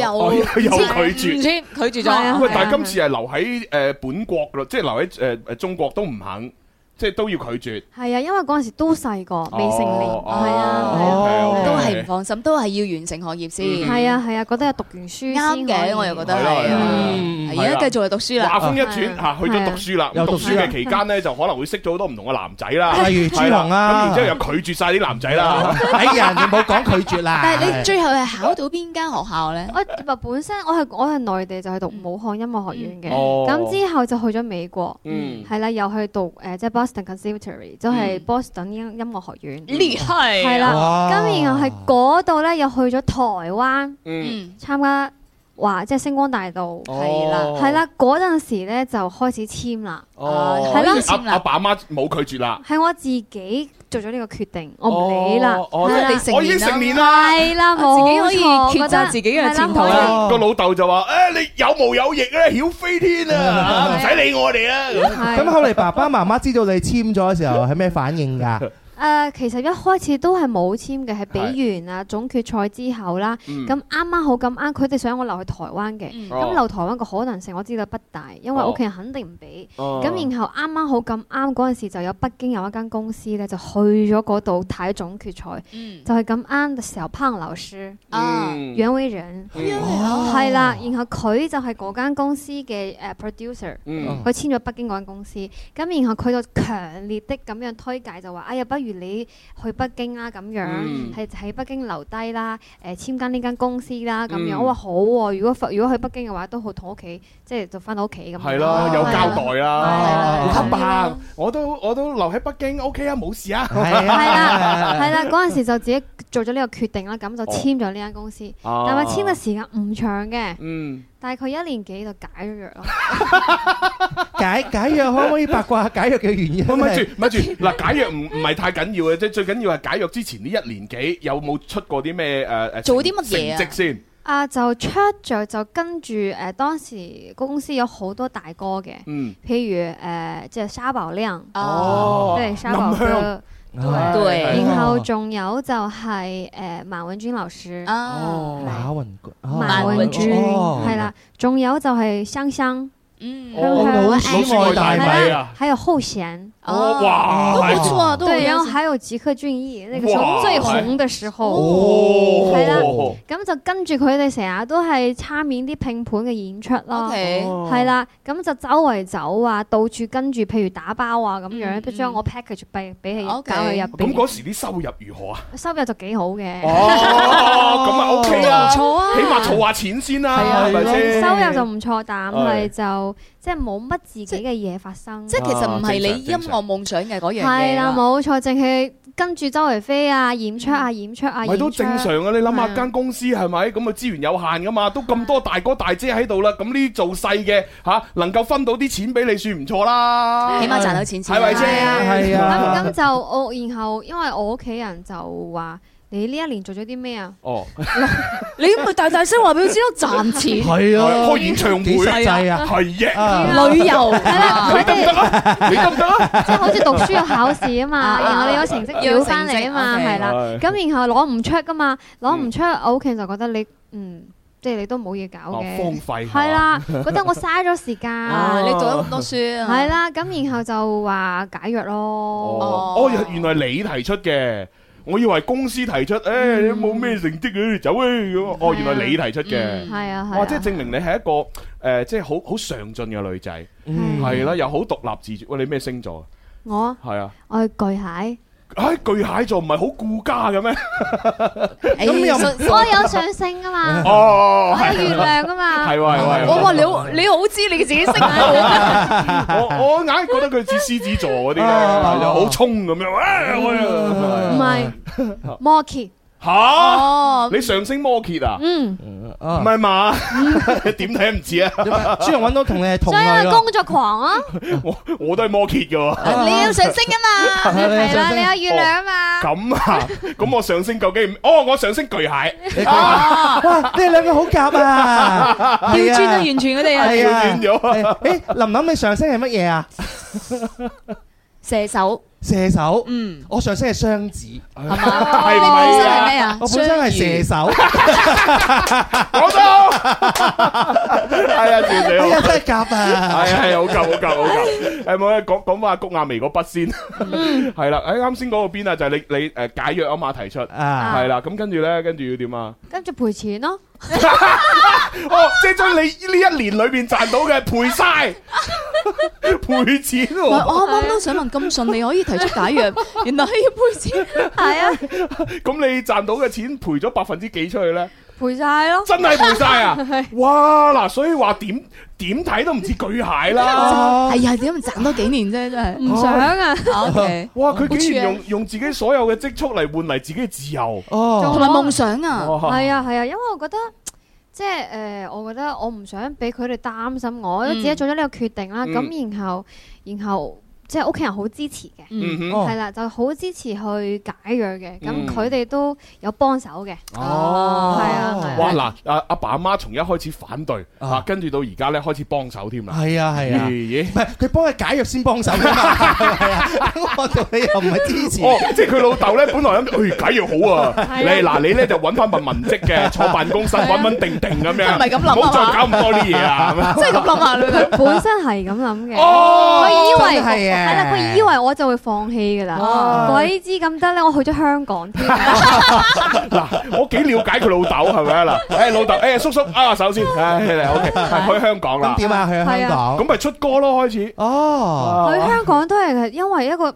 哦又又拒絕絕，拒絕係啊喂，係啊但係今次係留喺誒本國咯，即係留喺誒誒中國都唔肯，即係都要拒絕。係啊，因為嗰陣時都細個，未成年，哦係啊，哦都 OK，OK 係唔放心，都係要完成學業先。係啊，係啊，覺得有讀完書啱先可以嘅，我又覺得係啦係係啦啊。係啦而家繼續去讀書啦。畫風一轉嚇，去咗讀書啦。又咁啊讀讀書書啦嘅期間咧，就可能會識咗好多唔同嘅男仔啦，例如朱係啦紅啊咁然之後又拒絕晒啲男仔啦。哎呀，你冇講拒絕啦。但係你最後係考到邊間學校咧？我本身我係我係內地就係嗯讀武漢音樂學院嘅，嗯哦咁之後就去咗美國，嗯係啦，又去讀誒即係 Boston Conservatory，就嗯係 Boston 音音樂學院，厲害啊係啦哇，咁然後係嗰度咧又去咗台灣嗯哦參加話即係星光大道，係啦係啦，嗰陣時咧就開始簽啦，哦，係啦阿阿爸阿媽冇拒絕啦。係我自己做咗呢個決定，我唔理啦哦，哦係啦即係你成年啦我已經成年啦係啦，啊自己可以抉冇錯擇覺得自己嘅係啦前途冇錯哦啦個老豆就話：誒，你有毛有翼咧，曉飛天哦啊，唔使理我哋啊。嗯咁咁後嚟爸爸媽媽知道你簽咗嘅時候係咩反 應㗎？誒、呃其實一開始都係冇簽嘅，係比完啊總決賽之後啦，嗯咁啱啱好咁啱，佢哋想我留去台灣嘅，咁、哦留台灣嘅可能性我知道不大，因為嗯哦屋企人肯定唔俾。咁、哦然後啱啱好咁啱嗰陣時就有北京有一間公司咧，就去咗嗰度睇總決賽，嗯就係咁啱嘅時候，烹老師啊袁偉仁哦係啦，然後佢就係嗰間公司嘅誒 producer，嗯佢簽咗北京嗰間公司，咁然後佢就強烈的咁樣推介就話：哎呀，不如你去北京啦，咁樣嗯係喺北京留低啦，誒簽間呢間公司啦，啊咁嗯樣我話好喎，如果如果去北京嘅話，都好同屋企即係就翻到屋企咁樣。哦係啦，有交代啦。係啦阿爸，我都我都留喺北京，OK 啊，冇事啊。係啦，係啦，嗰陣時就自己做咗呢個決定啦，咁就哦簽咗呢間公司，啊但係簽嘅時間唔長嘅，嗯，大概一年幾就解咗約咯。解解約可唔可以八卦下解約嘅 原因？咪住咪住，嗱解約唔唔係太緊要啊嘅，即係最緊要係解約之前呢一年幾有冇出過啲咩誒誒做啲乜嘢啊成績先？啊，就出咗就跟住誒、呃，當時公司有好多大歌嘅，嗯譬如誒、呃即係沙寶亮，哦對沙寶林哥香。À, 對對然哦後仲有就係誒馬文君老師，啊 À. 馬雲馬文君哦係啦，，仲有就係香香，Ừ. 嗯哦香香老艾鼠愛大米啊還有後弦，哦哇都不錯都有對，印然後象還有吉克隽逸，那個時候最紅的時候，哦係啦哦，咁就跟住佢哋成日都係參演啲拼盤嘅演出啦， OK 哦係啦，咁就周圍走啊，到處跟住，譬如打包啊咁樣，都將我 package 俾俾佢搞去入咁邊，嗰時啲收入如何啊？收入就幾好嘅。哦，咁啊 OK 啦，都唔錯啊起碼儲下錢先啊啦，係咪先？收入就唔錯，但係係就即係冇乜自己嘅嘢發生。即係其實唔係你音樂夢想嘅嗰樣係嘢啦，啦。冇錯，淨係跟住周圍飛啊、演出嗯啊、演出啊，咪都演出正啊常啊！你諗係下啊間公司係咪咁啊？資源有限噶嘛，都咁多大哥大姐喺度啦，咁呢啲做細嘅吓，能夠分到啲錢俾你，算唔錯啦。起碼賺到錢先係咪係先？係啊咁咁就我，然後因為我屋企人就話：你呢一年做咗啲 咩啊？哦，你咪大大聲話俾佢知咯，賺錢係啊開演唱會幾實際啊係啊啊，旅遊係啦，佢哋你得唔得啊？即係好似讀書要考試啊嘛，啊然後你有成績表翻嚟啊嘛，有成績係啦，OK，咁然後攞唔出噶嘛，攞唔出，我屋企人就覺得你嗯。即係你都冇嘢搞嘅，哦荒廢係啦，覺得我嘥咗時間。啊你讀咗咁多書啊係啦，咁然後就話解約咯。哦，原來你提出嘅。我以為公司提出，誒你冇咩成績嘅，走啊咁啊。哦，原來你提出嘅，係啊，係哇！啊即係證明你係一個誒，即係好好上進嘅女仔，係啦，又好獨立自主。喂，你咩星座我啊？係啊，我係巨蟹。唉，巨蟹座唔係好顧家嘅咩？咁又唔我有上升啊嘛，哦，我有月亮啊 嘛，係喎係喎係喎我話你好，你好知你自己識 我我硬係覺得佢似獅子座嗰啲咧，又好衝咁樣。啊我唔又係摩羯，吓，你上升摩羯啊？嗯，唔係嘛？ 點睇唔知啊？朱紅揾到同你係同所以類我喎工作狂啊。我我都係摩羯嘅喎。你有上升啊嘛， 係你有係上啦，升你有月亮啊嘛。咁啊，咁我上升究竟唔？哦，我上升巨蟹，哇！你哋兩個好 夾啊，調係啊轉啊完全佢哋啊係啊調轉咗係誒，琳琳你上升係乜嘢啊？射手，射手，嗯，我上升係雙子，係嘛係咪啊你本身係咩啊我本身係射手，我都係啊，笑死哎呀我！真係夾啊！係啊係啊，好夾好夾好夾。誒冇咧，講講翻阿谷亞薇嗰筆先。係啦，誒啱先講到邊啊？就係你你誒解約啊嘛提出，啊係啦。咁跟住咧，跟住要點啊？ 跟住賠錢咯，哦，即係將你呢一年裏邊賺到嘅賠晒， 賠錢我喎。啱啱都想問咁順利可以提出 解約，原來係要賠錢，係啊，咁你賺到嘅錢賠咗百分之幾出去咧？ 賠晒咯，真係賠晒啊！ 哇嗱，所以話點點睇都唔似巨蟹 啦。哎呀，點唔賺多幾年啫，真係唔想啊， OK，哇！佢竟然好處啊用用自己所有嘅積蓄嚟換嚟自己嘅自由。哦同埋夢想啊，哇係啊係啊，因為我覺得。即係誒、呃我覺得我唔想俾佢哋擔心我，我都自己做咗呢個決定啦。嗯咁、然後，然後即係屋企人好支持嘅，嗯哼哦係啦、就好支持去解約嘅。嗯咁佢哋都有幫手嘅，哦，係啊係啊哇嗱，阿阿爸阿媽從一開始反對，啊，跟住到而家咧開始幫手添啦。係啊係啊，咦唔係佢幫佢解約先幫手㗎 嘛，係啊，我對你又唔係支持，哦， 即係佢老豆咧，本來諗住，哎，解約好啊！啊你嗱，你咧就揾翻份文職嘅，坐辦公室係啊穩穩定定咁樣，唔係咁諗啊唔好再搞咁多啲嘢啊！咁樣真係咁諗啊，佢本身係咁諗嘅，哦佢以為真係啊係啦，佢以為我就會放棄㗎啦，哦鬼知咁得咧，我去咗香港 添，嗱，我幾了解佢老豆係咪啊？嗱，誒老豆，誒叔叔啊，首先， 唉，OK，係去香港啦咁，點啊？去香港咁咪出歌咯，開始哦，去啊，香港都係因為一個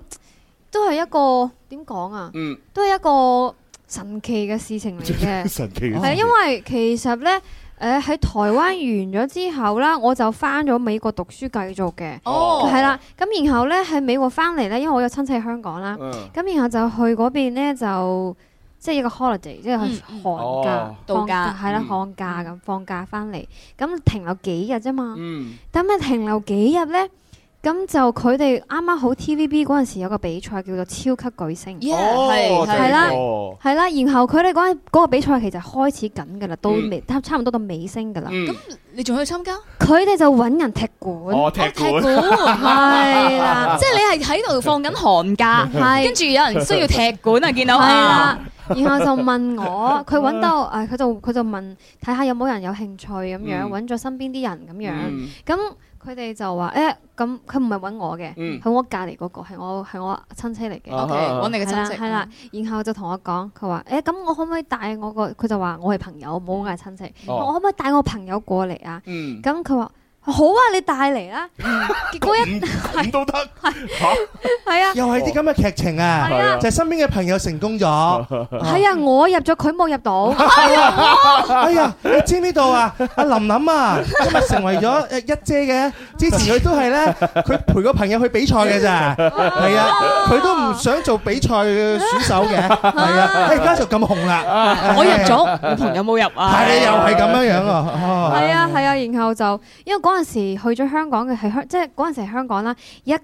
都係一個點講啊，嗯，都係一個神奇嘅事情嚟嘅，神奇嘅事係因為其實咧。誒喺台灣完咗之後啦，我就翻咗美國讀書繼續嘅，哦係啦、咁然後咧喺美國翻嚟咧，因為我有親戚喺香港啦，嗯咁然後就去嗰邊咧就即係一個 holiday，即係嗯去嗯寒假哦、放度假係啦，嗯放假咁放假翻嚟，咁停留幾日啫嘛。嗯，咁咪停留幾日咧？咁就佢哋啱啱好 TVB 嗰陣時有個比賽叫做超級巨星， Yeah，哦係係啦係係啦，然後佢哋嗰陣嗰個比賽其實開始緊㗎啦，到嗯尾差差唔多到尾聲㗎啦。咁你仲去參加？佢哋就揾人踢館，哦踢踢館係啦，即係你係喺度放緊寒假，係跟住有人需要踢館啊，見到係啊啦，。然後就 問我，佢揾到誒，佢就佢就問睇下有冇人有興趣咁樣，嗯揾咗身邊啲人咁樣嗯，咁佢哋就話誒，咁佢唔係揾我嘅，嗯係我隔離嗰個係我係我親戚嚟嘅。 OK，揾你嘅親戚嗯係啦係啦，然後就同我講，佢話誒，咁我可唔可以帶我個？佢就話我係朋友，冇嗌親戚，哦我可唔可以帶我朋友過嚟啊？嗯咁佢話好啊，你帶嚟 啦。結果一咁都得係 啊，又係啲咁嘅劇情係啊啊，就係身邊嘅朋友成功咗，係係啊，我入咗，佢冇入到。哎呀，你知唔知道啊？阿琳琳啊，今日成為咗誒一姐嘅，之前佢都係咧，佢陪個朋友去比賽嘅咋，係啊，佢都唔想做比賽選手 嘅，係啊，誒而家就咁紅啦，我入咗，我朋友冇入啊。係你又係咁樣樣啊，哦係啊係啊，然後就因為嗰陣時去咗香港嘅係香，即係嗰陣時係香港啦，一句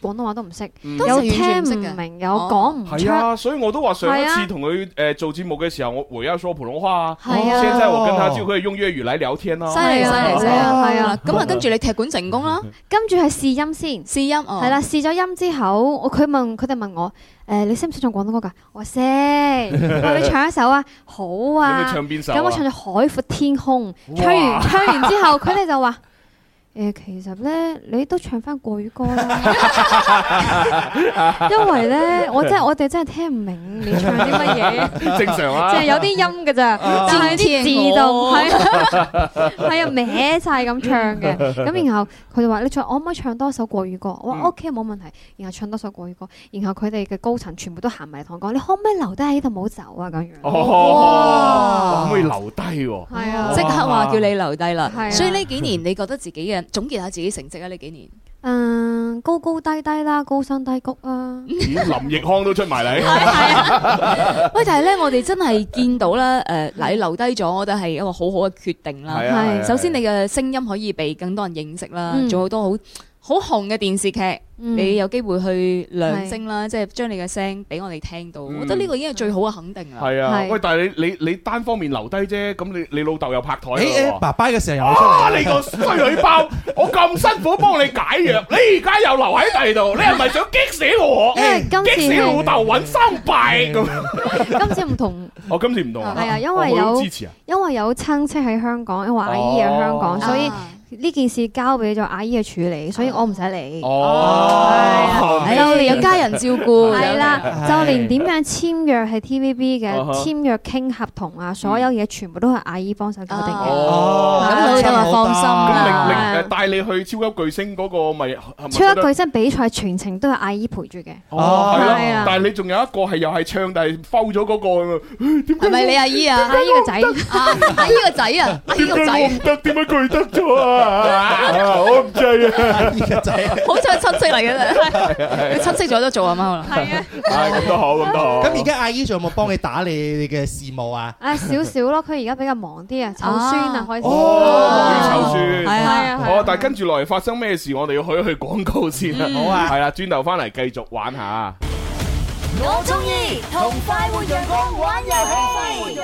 廣東話都唔識，嗯有當時完全聽唔識唔嘅哦明，有講唔系啊，出。所以我都话上一嗯係次啊同佢诶做节目嘅时候，我我要说普通话啊。係啊现在我跟他就可以用粤语来聊天啦。犀利犀利犀利，啊係啊咁啊，跟住你踢館成功啦，跟住係試音先，試音哦係啦，試咗音之後，我佢問佢哋問我，誒你識唔識唱廣東歌㗎？我識，我話你唱一首啊，好咁啊。 你唱邊首啊咁我唱咗《海闊天空》，唱哇完唱完之後，佢哋就話。 誒，其實咧，你都唱翻國語歌 啦，因為咧，我真係我哋真係聽唔明你唱啲乜 嘢。正常啊，即係有啲音嘅咋，啊但係啲字就唔係， 係係啊歪晒咁唱嘅。咁然後佢就話：你唱我可唔可以唱多首國語歌？我嗯話 OK 冇問題。然後唱多首國語歌，然後佢哋嘅高層全部都行埋嚟同我講：你可唔可以留低喺度冇走啊？咁樣。哦哦，可唔可以留低喎？係啊即刻話叫你留低係啊啦。所以呢幾年你覺得自己嘅總結下自己成績啊？呢幾年嗯，高高低低啦，高山低谷啊。咦林奕康都出埋嚟，喂，但係咧，我哋真係見到啦，誒，嗱，你留低咗，我覺得係一個好好嘅決定啦。係啊係係首先你嘅聲音可以被更多人認識啦，嗯做好多好好紅嘅電視劇，嗯你有機會去亮聲啦，即係將你嘅聲俾我哋聽到。我覺得呢個已經係最好嘅肯定啦。係啊，喂，但係你你你單方面留低啫，咁你你老豆又拍台誒啦誒，爸爸嘅時候又出啊！嚟，你個衰女包，我咁辛苦幫你解藥，你而家又留喺第度，你係咪想激死我？因為今次激死係老豆揾三敗咁。嗯今次唔同，我今次唔 同哦係啊，因為我好有支持啊。因為有親戚喺香港，因為阿姨喺香 Ờ. 港，啊哦所以呢件事交俾咗阿姨去處理，所以我唔使理。哦係啦就連有家人照顧係啦，係就連點樣簽約係 TVB 嘅哦啊哈簽約傾合同啊，所有嘢全部都係阿姨幫手搞定嘅。哦咁老豆就放心啦咁令令誒帶你去超級巨星嗰個咪係咪超覺級得巨星比賽全程都係阿姨陪住嘅。哦，係係啦啊，但係你仲有一個係又係唱，但係 foul 咗嗰個，唉點解係咪你阿姨啊？阿姨個 仔啊，阿姨個仔啊，阿姨點解個我仔，唔得？點解佢得咗 啊？我唔制啊！依家仔好似係親戚嚟嘅啫，佢親戚咗都做啊嘛，可能係啊。係咁都好，咁都好。咁而家阿姨仲有冇幫你打理你嘅事務啊？啊，少少咯，佢而家比較忙啲啊，湊孫啊，開始。哦，要湊孫，係啊係啊哦，但係跟住落嚟發生咩事，我哋要去一去廣告先啦。嗯好啊係啦，轉頭翻嚟繼續玩下。我中意同快活陽光玩遊戲。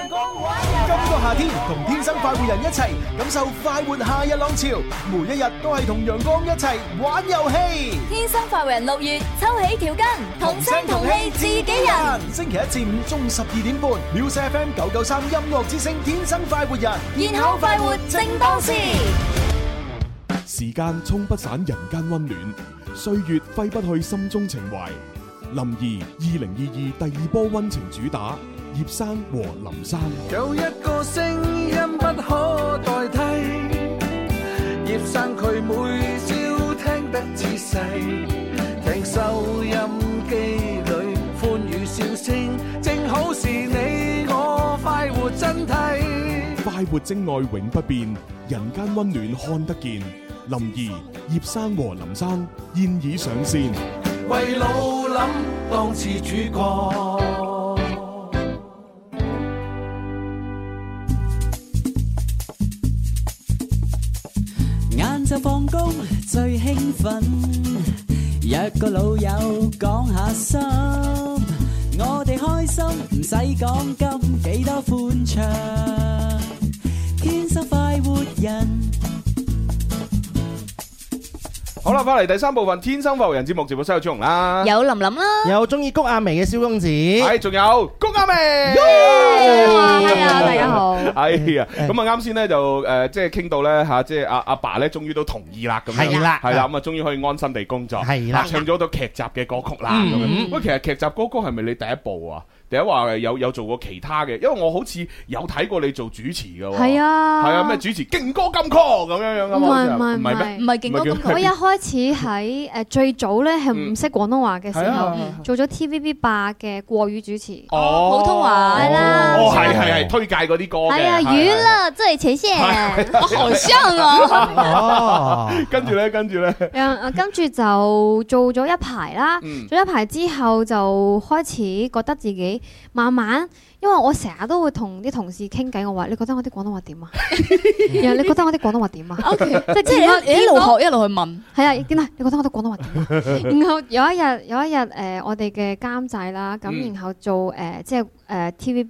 今個夏天同天生快活人一齊感受快活夏日浪潮，每一日都係同陽光一齊玩遊戲。天生快活人六月抽起條筋，同聲同氣自己人。星期一至五中午十二點半，Music FM 九九三音樂之聲天生快活人，然後快活正當時。時間沖不散人間溫暖，歲月揮不去心中情懷。林兒二零二二第二波溫情主打，葉生和林生。有一個聲音不可代替，葉生佢每朝聽得仔細，聽收音機裏歡語笑聲，正好是你我快活真諦。快活真愛永不變，人間溫暖看得見。林兒、葉生和林生現已上線。為老諗當次主角。晏晝放工最興奮，Dạ, 約個老友講下心，我哋開心唔使講金，幾多歡暢，天生快活人。好啦，翻嚟第三部分《天生浮人》節目，直播室有朱紅啦，有林林啦，有中意谷阿眉嘅萧公子，係仲有谷阿眉。 Hello，大家好。 哎呀，嗯咁啊啱先咧就誒，即係傾到咧嚇，即係阿阿爸咧，終於都同意啦，咁樣係啦係啦，咁啊，終於可以安心地工作，係啦啊唱咗到劇集嘅歌曲啦，嗯咁樣。喂，其實劇集歌曲係咪你第一部啊？第一話有有做過其他嘅，因為我好似有睇過你做主持嘅喎，係啊係啊，咩主持勁歌金曲咁樣樣唔啊嘛，係唔係唔係咩？我一開始喺誒最早咧係嗯唔識廣東話嘅時係候啊係啊，做咗 TVB 霸嘅國語主持，哦，普通話係啦，哦，係係係，推介嗰啲歌嘅係啊，係娛係樂最前線，我好像啊。跟住咧，跟住咧，誒啊跟住就做咗一排啦，嗯做咗一排之後就開始覺得自己慢慢，因為我成日都會同啲同事傾偈，我話你覺得我啲廣東話 點啊？然後你覺得我啲廣東話 點啊 OK，即係即係你見到你一路見到學一路去問。係啊，見啊，你覺得我啲廣東話點啊？然後有一日有一日誒、呃我哋嘅監製啦，咁、嗯然後做誒、呃即係誒、呃 TVB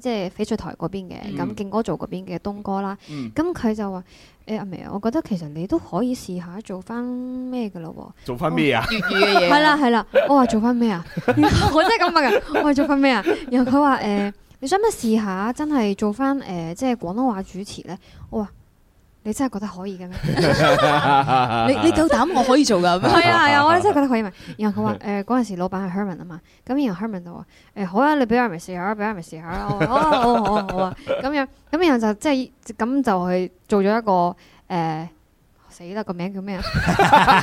即係翡翠台嗰邊嘅，咁、嗯勁哥做嗰邊嘅東哥啦，嗯咁佢、就話。誒阿明啊，我覺得其實你都可以試下做翻咩嘅咯喎，做返咩啊哦粵語嘅嘢係啦係啦，我話做翻咩啊？ 然後我真係咁問嘅，我話做翻咩啊？然後佢話誒，你想唔想試下真係做翻誒即係廣東話主持咧？我話你真係覺得可以嘅咩？你你夠膽，我可以做㗎。咁樣係啊係啊，我真係覺得可以咪。然後佢話誒嗰陣時老闆係 Herman 啊嘛，咁然後 Herman 就話誒好啊，你俾 Herman 試下啊，俾 Herman 試下啦。我話好啊好啊好啊好啊，咁樣咁然後就即係咁就去做咗一個誒。死啦！個名叫咩啊？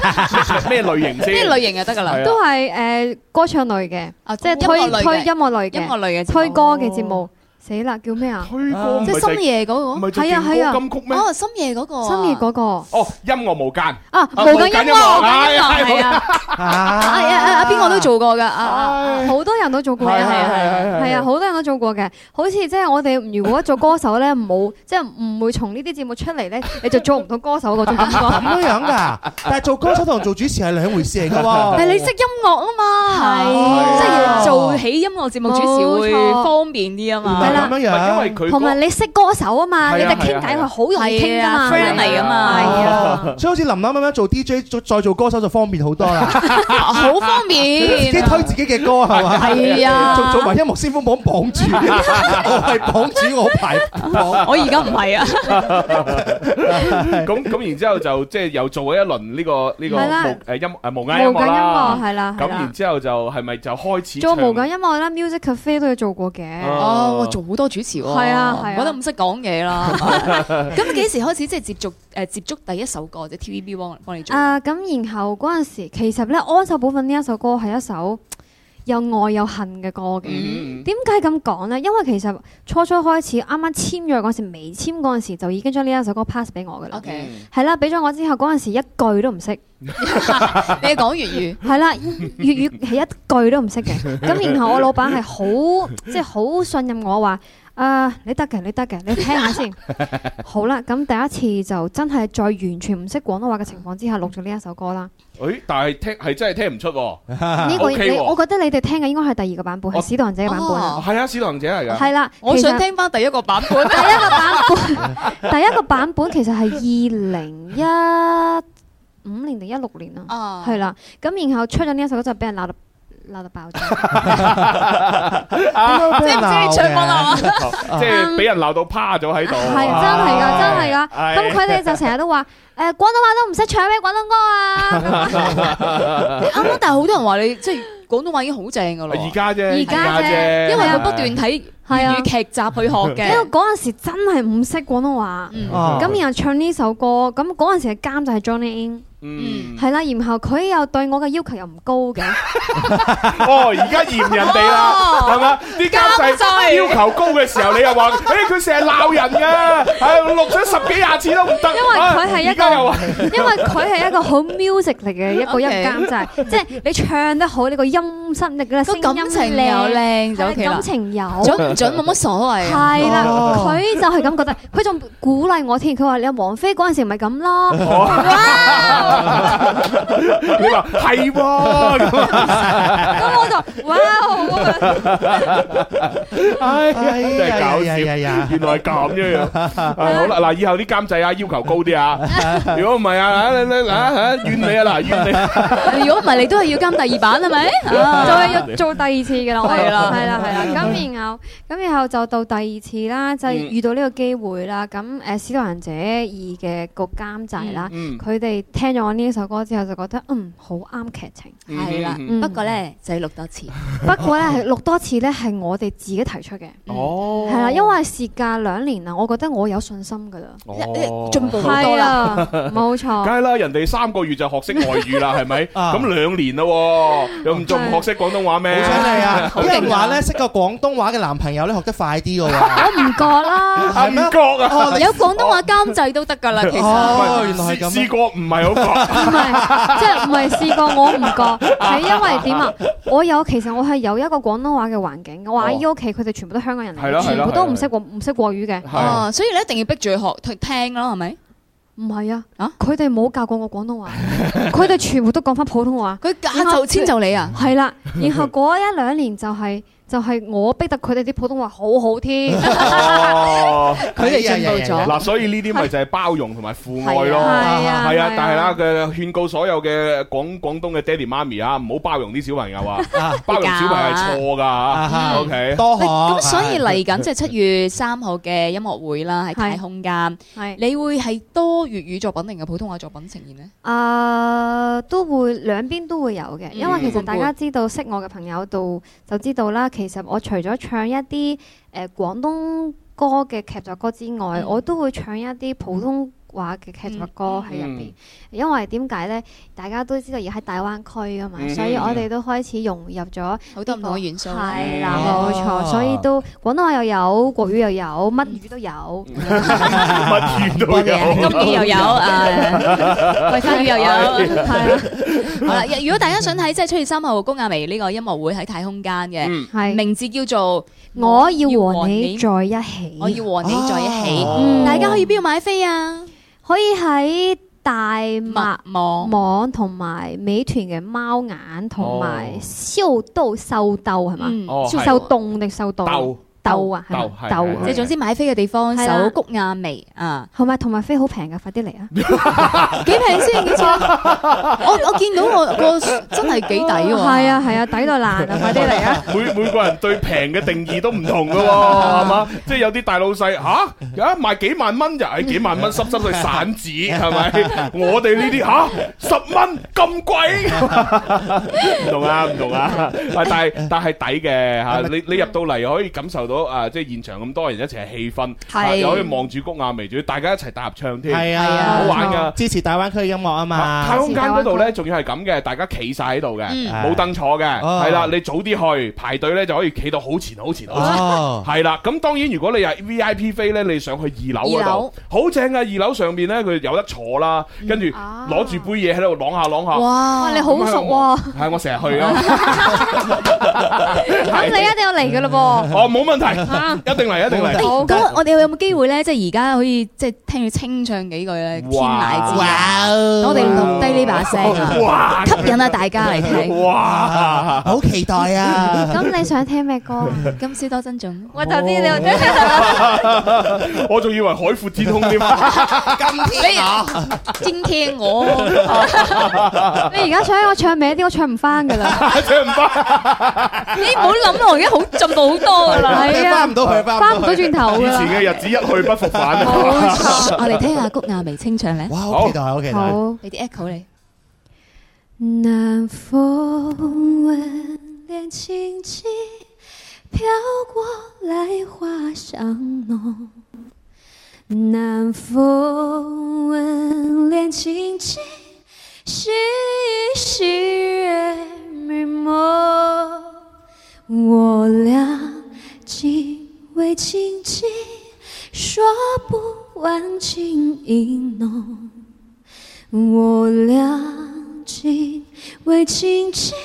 咩類型先？咩類型就得㗎啦係啊都係誒歌唱類嘅，即係音樂類嘅推推音樂類嘅，音樂類嘅節目推歌嘅節目。死啦！叫咩啊？推歌即係唔係就係深夜嗰個唔係就係啊勁歌係啊，金曲咩哦深夜嗰個啊深夜嗰個。哦，音樂無間啊無間音樂哦哎係啊無間音樂係啊啊啊啊啊！邊個都做過㗎啊啊，啊好多人都做過㗎，係係係係係係啊，好多人都做過嘅。好似即係我哋如果做歌手咧，冇即係唔會從呢啲節目出嚟咧，你就做唔到歌手嗰種感覺。 咁樣㗎，但係做歌手同做主持係兩回事嚟㗎喎。但係你識音樂啊嘛，哦係，即係做起音樂節目主持冇會錯方便啲啊嘛。係啦咁樣樣因為佢同埋你識歌手啊嘛，你係啊哋傾偈係啊佢好容易傾㗎係啊嘛，friend 嚟㗎嘛係啊。 所以好似林琳咁樣做 DJ，做再做歌手就方便好多啦，啊好方便自 己推自己嘅歌係嘛？係啊做做埋音樂先鋒榜 榜主，我係榜主，我排榜。 我而家唔係啊。咁咁，然之後就即係又做咗一輪呢個呢個係啦無誒呃音誒無間音樂無啦，間音樂係啦係咁啦然之後就係咪就開始做唱無間音樂啦，music cafe 都有做過嘅。哦我做好多主持喎。係啊係啊我都唔識講嘢啦。 咁幾時開始即係接觸誒接觸第一首歌即係 TVB 幫幫你做？啊，咁然後嗰陣時，其實咧《安守寶訓》呢一首歌係一首又愛又恨嘅歌嘅。嗯點解咁講呢？因為其實初初開始啱啱簽約嗰陣時，未簽嗰陣時就已經將呢一首歌 pass 俾我㗎啦。 OK 係啦，俾咗我之後嗰陣時一句都唔識。你係講粵 語。係啦，粵語係一句都唔識嘅。咁然後我老闆係好即係好信任我話：啊，你得嘅，你得嘅，你聽下先。好啦，咁第一次就真係在完全唔識廣東話嘅情況之下錄咗呢一首歌啦。誒，但係聽係真係聽唔出啊喎。呢呢個你我覺得你哋聽嘅應該係第二個版本，係《使徒行者》嘅版本。係啊，史郎姐嚟㗎。係啦，我想其實聽翻第一個版 本。第一個版第一個版本 其實係二零一五年定一六年啊，係啦。咁然後出咗呢一首歌就俾人鬧到鬧到爆炸。啊即係唔知你唱乜啊 即係俾人鬧到趴咗 喺度。啊係真係噶，真係 噶。唉咁佢哋就成日都話誒廣東話都唔識唱咩廣東歌啊。 啱啱，但係好多人話你即係廣東話已經好正㗎啦。啊而家啫，嗯而家啫因為佢不斷睇係啊粵語劇集去學因為嘅。嗰陣時真係唔識廣東話，嗯哦咁然後唱呢首歌，咁嗰陣時嘅監就係 Johnny In。嗯，係啦，然後佢又對我嘅要求又唔高嘅，哦，而家嫌人哋啦，哦係嘛？啲監監製製要求高嘅時候，你又話：，誒，佢成日鬧人嘅，係錄咗十幾廿次都唔得。因為佢係一啊而家 又話個，因為佢係一個好 music 嚟嘅一個音 OK 監製，即係你唱得好，你個音唔失力啦，個聲音感情又靚就係 OK 啦感情有準唔準冇乜所謂 係啦，哦佢就係咁覺得，佢仲鼓勵我添，佢話你阿王菲嗰陣時咪咁咯，哦 你話係喎咁啊，哇！啊唉，哎呀真係搞笑，呀呀呀原來係咁樣樣。啊好啦，嗱，以後啲監製啊要求高啲啊，如果唔係啊，嗱嗱嗱嗱怨你啊，嗱怨你。如果唔係，你都係要監第二版係咪？就係要做第二次嘅啦，我係啦係啦，係啦。咁然後，咁然後就到第二次啦，就係嗯遇到呢個機會啦。咁呃誒《使徒行者二》嘅個監製啦，嗯嗯佢哋聽咗我呢首歌之後就覺得嗯好啱劇情，係啦，嗯不過咧就要錄多次。不過咧，係錄多次咧係我哋自己提出嘅，哦係啦，因為時隔兩年啊啦，我覺得我有信心噶啦，哦進步好多啦係啊冇錯梗係啦，人哋三個月就學識外語啦，係咪？ 啊咁兩年啦喎，又唔仲唔學識廣東話咩？好犀利啊！啲人話咧，識個廣東話嘅男朋友咧，學得快啲嘅喎。我唔覺啦，係咩唔覺啊哦你有廣東話監製都得㗎啦，其實。哦原來係咁試過唔係好 唔講，係，即係唔係試過我唔覺，係因為點啊？我有其實我係有一個廣東話嘅環境，我阿姨屋企佢哋全部都香港人嚟係啦嘅，係啦全部都唔識國唔識國語嘅。啊哦，所以你一定要逼住佢學去聽咯，係咪？唔係啊，佢哋冇教過我廣東話，佢哋全部都講翻普通話。佢嫁就遷就你啊？係啦，然後嗰一兩年就係就係我逼得佢哋啲普通話好好添。哦，佢哋進步咗嗱，所以呢啲咪就係包容同埋父愛咯， 係啊係啊係啊係啊，但係啦，嘅勸告所有嘅廣廣東嘅爹哋媽咪啊，唔好包容啲小朋 友啊，包容小朋友係錯㗎啊嚇，OK，多學咁所以嚟緊即係七月三號嘅音樂會啦，喺太空間，係你會係多粵語作品定係普通話作品呈現呢？啊，都會兩邊都會有嘅，因為嗯其實大家嗯知道識我嘅朋友度就知道啦。其實我除咗唱一啲誒、呃、廣東歌嘅劇作歌之外，嗯我都會唱一啲普通話嘅劇作歌喺入嗯邊。因為點解呢？大家都知道而家喺大灣區啊噶嘛，嗯所以我哋都開始融入咗好多唔同嘅元素係啦，哦冇錯，所以都廣東話又有，國語又有，乜嗯語都有。乜 語都有，金魚又有啊桂花魚又有係啊好啦，如果大家想睇即係七月三號高亞薇呢個音樂會喺太空間嗯嘅，名字叫做我要和你在一起，我要和你在一起，大家可以邊度買飛啊？可以喺大麥網網同埋美團嘅貓眼同埋秀豆秀豆係嗯嘛哦？係秀凍定秀豆？豆豆啊，係嘛豆係豆係即係總之買飛嘅地方係啦搜谷亞薇啊。 同埋同埋飛好平㗎，快啲嚟啊！幾平先？幾錢啊？我我見到我個真係幾抵喎！係啊係啊，抵到爛啊！快啲嚟啊！ 每每個人對平嘅定義都唔同㗎喎， 係嘛？即係有啲大老細吓，啊賣幾萬蚊就係幾 萬蚊，濕濕碎散紙係咪？我哋呢啲吓十蚊咁貴， 唔同啊唔同啊！但係但係抵嘅嚇，你你入到嚟可以感受到啊，即係現場咁多人一齊嘅氣氛，係啊又可以望住谷亞薇，仲要大家一齊大合唱添，係好啊，玩㗎。支持大灣區音樂啊嘛。太空間嗰度咧，仲要係咁嘅，大家企晒喺度嘅，嗯冇凳坐嘅，哦係啦，你早啲去排隊咧就可以企到好前好前好哦前，係啦。咁當然如果你係 V I P 飛咧，你上去二樓嗰二度樓，好正啊！二樓上面咧佢有得坐啦，跟住攞住杯嘢喺度啷下啷下。哇你好熟喎係我成日去啊！咁你一定要嚟㗎嘞噃！哦，冇問題，一定嚟，一定誒 嚟。咁我哋有冇機會咧？即係而家可以即係聽佢清唱幾句咧？天籟之音，我哋錄低呢把聲啊，哇吸引啊大家嚟聽。哇！好期待啊！咁你想聽咩歌啊？今宵多珍重。我就知你又 我仲以為海闊天空添。 你今天我你而家想我唱咩啲，我唱唔翻㗎啦。唱唔翻，你唔好諗啦，我而家好進步好多㗎啦，係啊翻唔到去翻唔到去翻唔到轉頭㗎以啦前嘅日子一去不復返。啊冇錯，我哋聽下谷亞薇清唱咧。哇，好期待好期待好你啲 echo 嚟。南风吻脸轻轻飘过来，花香浓。南风吻脸轻轻，是一袭人耳梦。我俩情味清清，说不完情意浓。我俩情为情情，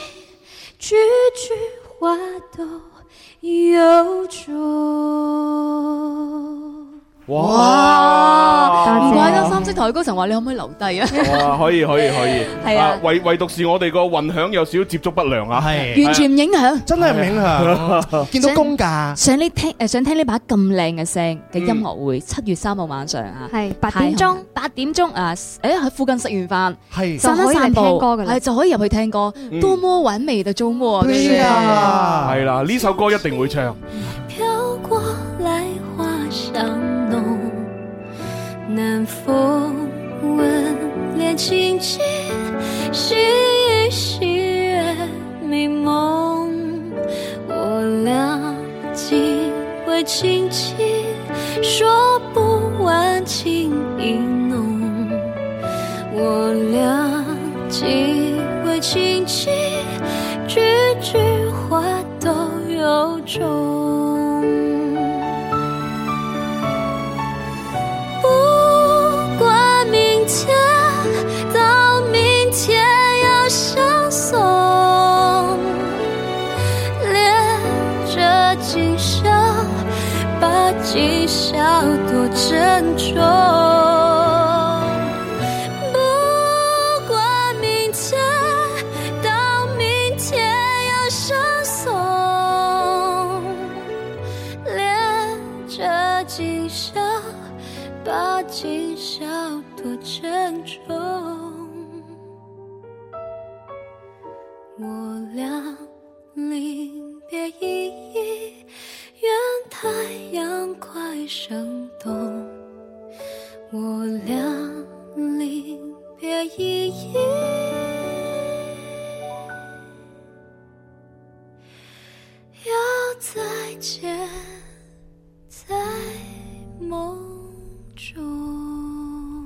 句句话都有種。哇！多謝啊唔怪得三色台高層話你可唔可以留低啊？ 哇，可以可以可以，係啊唯唯獨是我哋個混響有少少接觸不良啊，係完全唔影響，真係唔 影響見到公價。想你聽誒，想聽呢把咁靚嘅聲嘅音樂會，七月三號晚上啊，係八太點好鐘啦，八點鐘啊，誒喺附近食完飯，散就可一以散嚟步，嗯聽歌㗎啦係就可以入去聽歌，多麼玩味的周末，對不對係啦，呢首歌一定會唱。飘过来花香浓，南风吻脸轻轻，细雨细月迷蒙。我俩几位亲戚，说不完情意浓。我俩几位亲戚，句句话都有种。不管明天，到明天要相送，连着今宵，把今宵多珍重。不管明天，到明天要相送，连着今宵。把今宵多珍重。我俩临别依依，愿太阳快升东。我俩临别依依，要再见，在梦中。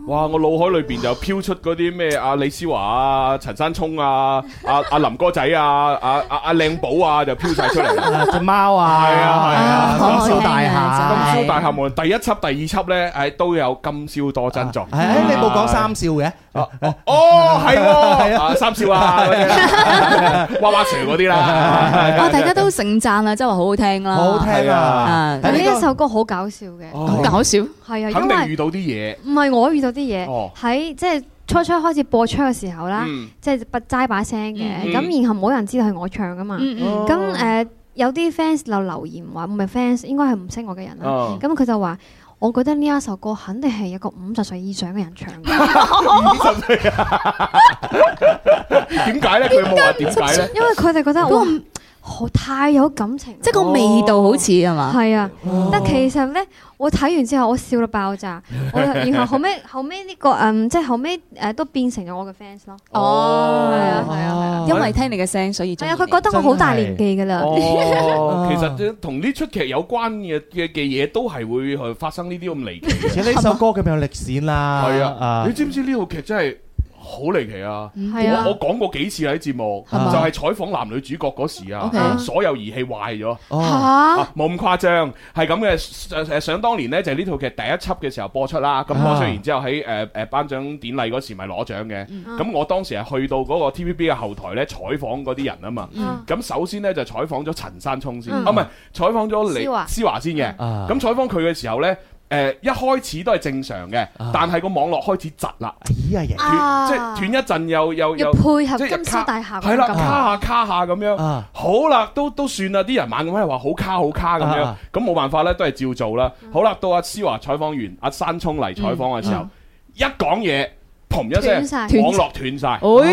哇！我腦海裏邊就飄出嗰啲咩啊李思華啊、陳山聰啊、啊啊林哥仔啊、啊啊啊靚寶啊，就飄晒出嚟 啦。只貓啊，係啊係啊金宵大金宵廈，大廈無論第一輯、第二輯咧，誒都有今宵多珍重。誒你冇講三少嘅，哦，係係喎，啊啊三少啊，嗰啲 啊娃娃 Sir 嗰啲啊，哎啦。大家都盛讚啊，即係話好好聽啦，好好聽 à. 啊 à. 但呢一首歌好搞笑嘅，好搞笑，係啊，肯因定為遇到啲嘢。唔係我遇到啲嘢哦，喺即係初初開始播出嘅時候啦嗯，即係不齋把聲嗯嘅，咁然後冇人知道係我唱噶嘛，嗯嗯咁誒有啲 fans 就留言話唔係 fans，應該係唔識我嘅人啦嗯哦，咁佢就話。我覺得呢一首歌肯定係一個五十歲以上嘅人唱嘅， 點解咧？佢冇話點解咧？因為佢哋覺得哇，好太有感情，即係個味道好似係嘛？係啊，哦但其實咧，我睇完之後我笑到爆炸， 我然後後尾後尾呢個嗯，即係後尾誒都變成咗我嘅 fans 咯。哦，係啊，係啊，因為聽你嘅聲，所以係啊，佢覺得我好大年紀㗎啦。哦，其實同呢出劇有關嘅嘅嘅嘢，都係會去發生呢啲咁離奇而嘅且呢首歌咁有歷史啦，係 Ờ. 啊，你知唔知呢套劇真係好離奇啊？ừ. 嗯哎係啊我我講過幾次喺節目，就係嘛係採訪男女主角嗰時啊， OK 所有儀器壞咗。哦啊冇咁誇張，係咁嘅。誒想當年呢，就係呢套劇第一輯嘅時候播出啦。咁播出完之後喺誒誒頒獎典禮嗰時咪攞獎嘅。咁我當時係去到嗰個 TVB 嘅後台呢，採訪嗰啲人啊嘛嗯。咁首先呢，就採訪咗陳山聰先，嗯啊唔係採訪咗李思華思華先嗯嘅。啊 Ờ. 咁採訪佢嘅時候呢。誒、一開始都係正常嘅，但係個網絡開始窒啦，咦啊斷即係斷一陣又又要又配合即係金宵卡大廈係嗰啦，種感卡覺。下卡下咁啊樣，Ờ. 好啦，都都算啦，啲人猛咁喺度話好卡好卡咁樣啊，咁冇辦法咧，都係照做啦。嗯好啦，到阿思華採訪完，阿山聰嚟採訪嘅時候嗯，一講嘢，嘭一斷晒聲，網絡斷晒。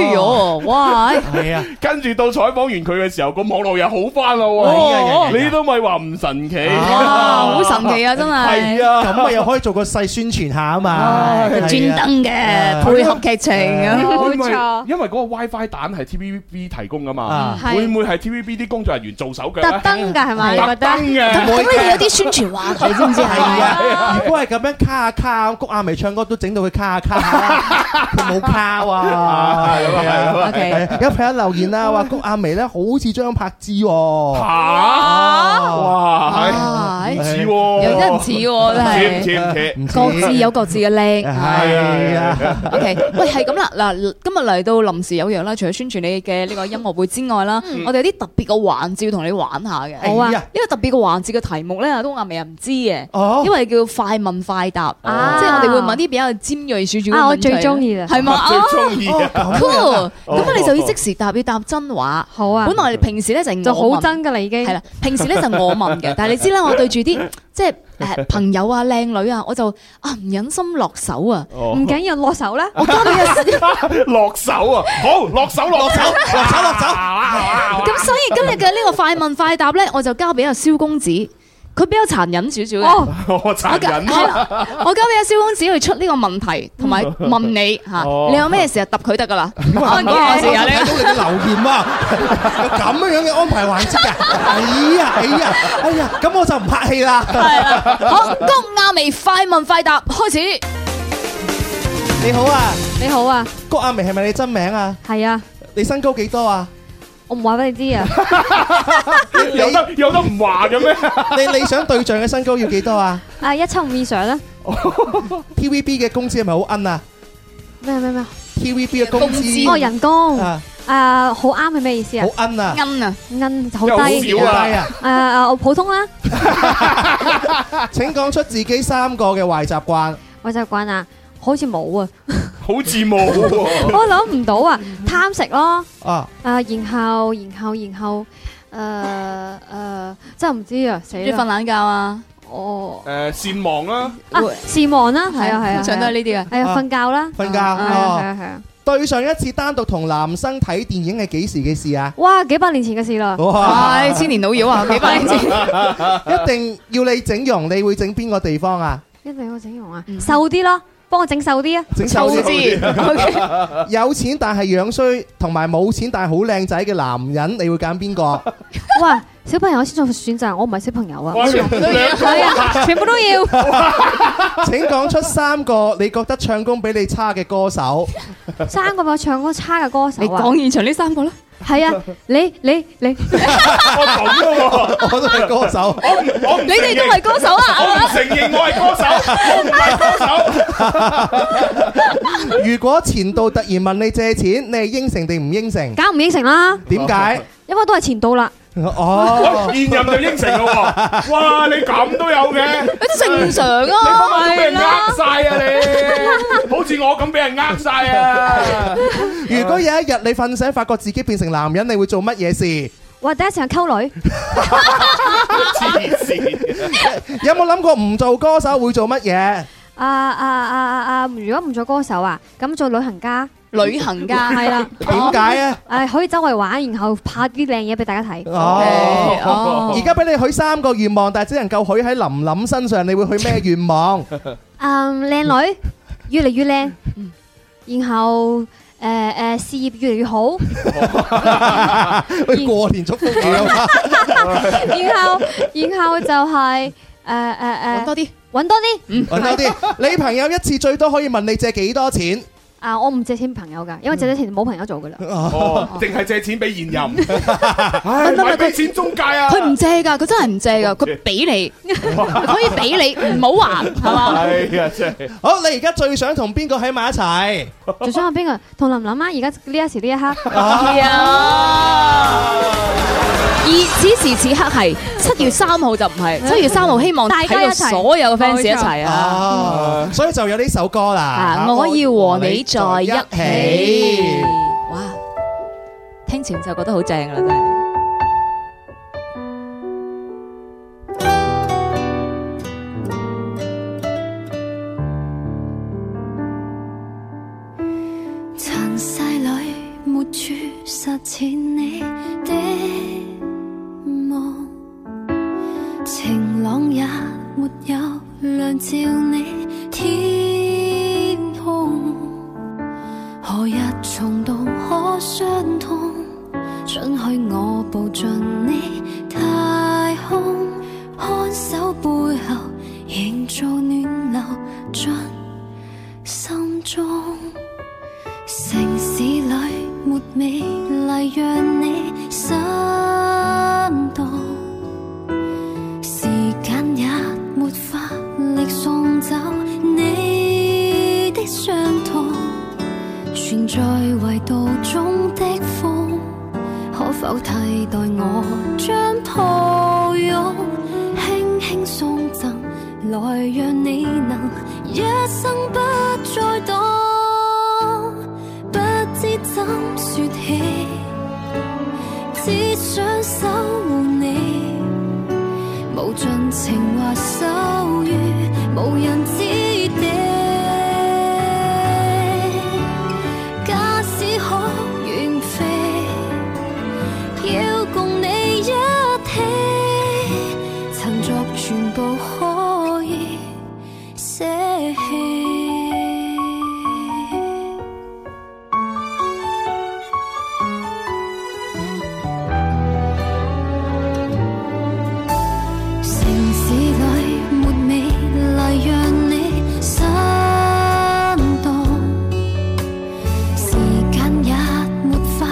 哎呦哦哇係啊！跟住到採訪完佢嘅時候，個網絡又好翻啦哦喎，你都咪話唔神奇？好神奇啊真係係啊，咁啊又可以做個細宣傳下啊嘛，佢專登嘅配合劇情啊咁，因為因為嗰個 WiFi 蛋係 TVB 提供噶嘛啊，係會唔會係 TVB 啲工作人員做手腳咧特登㗎係咪特登嘅，咁咁你哋有啲宣傳話題知唔知啊 à. 係啊，如果係咁樣卡下卡下，谷亞薇唱歌都整到佢卡下卡下啦，佢冇卡啊啊，咁啊係係啊啊係啊有朋友留言啊，話谷阿薇咧好似張柏芝喎，嚇 Ờ. 哇，哎係唔似喎有啲唔似哦喎，真似唔似係唔似各自有各自嘅靚。係啊 O K，喂，係咁啦，嗱，今日嚟到臨時有約啦，除咗宣傳你嘅呢個音樂會之外啦，嗯我哋有啲特別嘅環節要同你玩下嘅。哎好啊呢個特別嘅環節嘅題目咧，都亞美人唔知嘅 Ờ. 哦，因為叫快問快答，即係我哋會問啲比較尖鋭少少嘅啊我問題最鍾意啦係嘛？最鍾意啊哦哦，cool，咁樣咁你就要即時答，要答真話。好 à? 啊本來你平時咧就係我就好問真㗎啦已經。係啦， 平時咧就我問嘅，但係你知啦，我對住啲即係誒朋友啊、靚女啊，我就啊唔忍心落手啊，哦唔緊要，落手啦。我加你嘅落手啊！好，落手落手落手落手。咁所以今日嘅呢個快問快答咧，我就交俾阿蕭公子，佢比較殘忍少少哦嘅。我殘忍係啊！啦我交俾阿蕭公子去出呢個問題，同埋問你嚇，哦你有咩事啊揼佢得噶啦。哇關鍵我事啊我睇到你嘅你。留言啊， 有咁樣嘅安排環節啊！哎呀，哎呀，哎呀，咁我就唔客氣啦。係啦，好，谷亞薇快問快答開始。你好啊，你好啊，谷阿明係咪你真名啊？係啊，你身高幾多啊？我唔話俾你知啊。有得有得唔話嘅咩？你理想對象嘅身高要幾多啊啊，一七五以上啦。 ？TVB 嘅工資係咪好奀啊咩咩咩？ ？TVB 嘅工資哦，人工啊啊，好啱係咩意思啊？好奀啊奀啊，奀好因低，為好少啊啊啊，我普通啦，請講出自己三個嘅壞習慣。我習慣啊，好似冇啊，好自冇哦喎。我諗唔到啊，嗯貪食咯，啊，啊，然後然後然後，誒誒，真係唔知啊，死你瞓啦！懶覺啊？哦，誒，善忘啦。啊，視望啦，係啊係啊，通常都係呢啲啊係啊，瞓覺啦，瞓覺啊係啊係啊哦係啊，對上一次單獨同男生睇電影係幾時嘅事啊？哇，幾百年前嘅事哦啦，哇唉，千年老妖 啊，幾百年前。一定要你整容，你會整邊個地方啊？一定要整容啊，嗯瘦啲咯，幫我整瘦 啲啊，整瘦啲。有錢但係樣衰，同埋冇錢但係好靚仔嘅男人，你會揀邊個？哇！小朋友先做選擇，我唔係小朋友啊，哇全部都要係啊，全部都 要。請講出三個你覺得唱功比你差嘅歌手。三個比我唱歌差嘅歌手啊！你講現場呢三個啦。係啊，你你你，我咁咯喎，我都係歌手。我唔我唔你哋都係歌手啊我唔承認我係歌手，我唔係歌手。如果前度突然問你借錢，你係應承定唔應承？梗唔應承啦。點解？因為都係前度啦。哦，現任就應承咯喎！哇，你咁都有嘅，正常啊你可唔可以俾係人啦呃晒啊你？好似我咁俾人呃晒啊！如果有一日你瞓醒發覺自己變成男人，你會做乜嘢事？哇！第一時間溝女，黐線！有冇諗過唔做歌手會做乜嘢？啊啊啊啊啊！如果唔做歌手啊，咁做旅行家。旅行家 係啦。點解啊？誒，可以周圍玩，然後拍啲靚嘢俾大家睇。哦，而家俾你許三個願望，但係只能夠許喺琳琳身上，你會許咩願望？嗯，靚女越嚟越靚，然後誒誒事業越嚟越好， 喂，過年祝福你啊！然後然後就係誒誒誒揾多啲，揾多啲，嗯揾多啲，你朋友一次最多可以問你借幾多錢？啊！我唔借錢朋友㗎，因為借咗錢冇朋友做㗎啦。 哦，淨係借錢俾 現任，唔唉，係唔係咪俾佢錢中介啊！佢唔借㗎，佢真係唔借㗎，佢俾你，佢可以俾你，唔好還，係嘛？係啊，真係。好，你而家最想同邊個喺埋一齊？最想係邊個？同琳琳啊！而家呢一時呢一刻，係啊！而此時此刻係七月三號就唔係，七月三號希望大家睇一到齊所有嘅 fans 一齊啊！哦，所以就有呢首歌啦啊。我要和你在一起起。哇，聽前就覺得好正㗎啦，真係。殘世裏沒處實踐你的夢，晴朗也沒有亮照你天空。何日重動可相通？准許我步進你太空，看守背後營造暖流進心中。末尾嚟讓你心動。時間也沒法力送走你的傷痛，存在圍道中的風，可否替代我將抱擁，輕輕送贈，來讓你能一生不再躲。不知怎說起，只想守護你。無盡情話守於無人之地。假使可遠飛，要共你一起，曾作全部可以捨棄。城市裏沒美麗，讓你心動。時間也沒法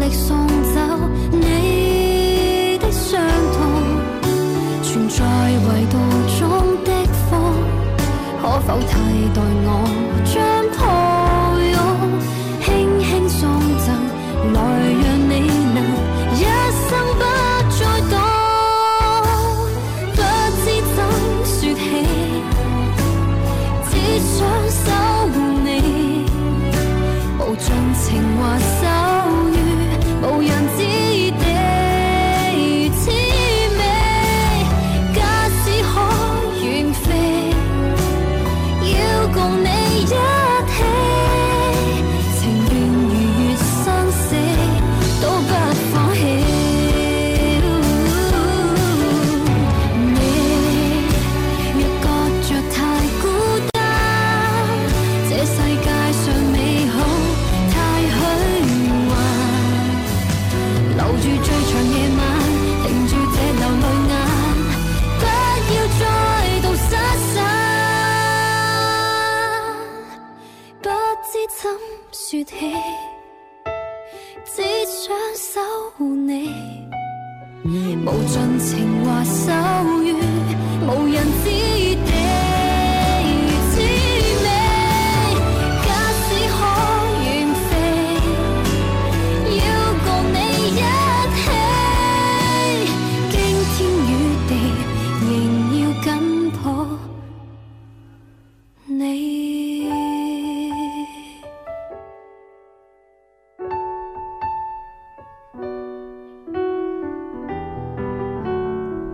力送走你的傷痛，存在圍道中的風，可否替代我將抱擁輕輕送贈，來讓你能一生不再躲。不知怎說起，只想守護你，無盡情話守於無人之地，痴美。假使可遠飛，要共你一起，情願如月生死都不放棄。你若覺着太孤單，這世界上美好太虛幻，留住最長夜晚，停住這流淚眼，不要再度失散。不知怎說起，只想守護你。無盡情話守於無人之地，之美。假使可遠飛，要共你一起，驚天與地，仍要緊抱你。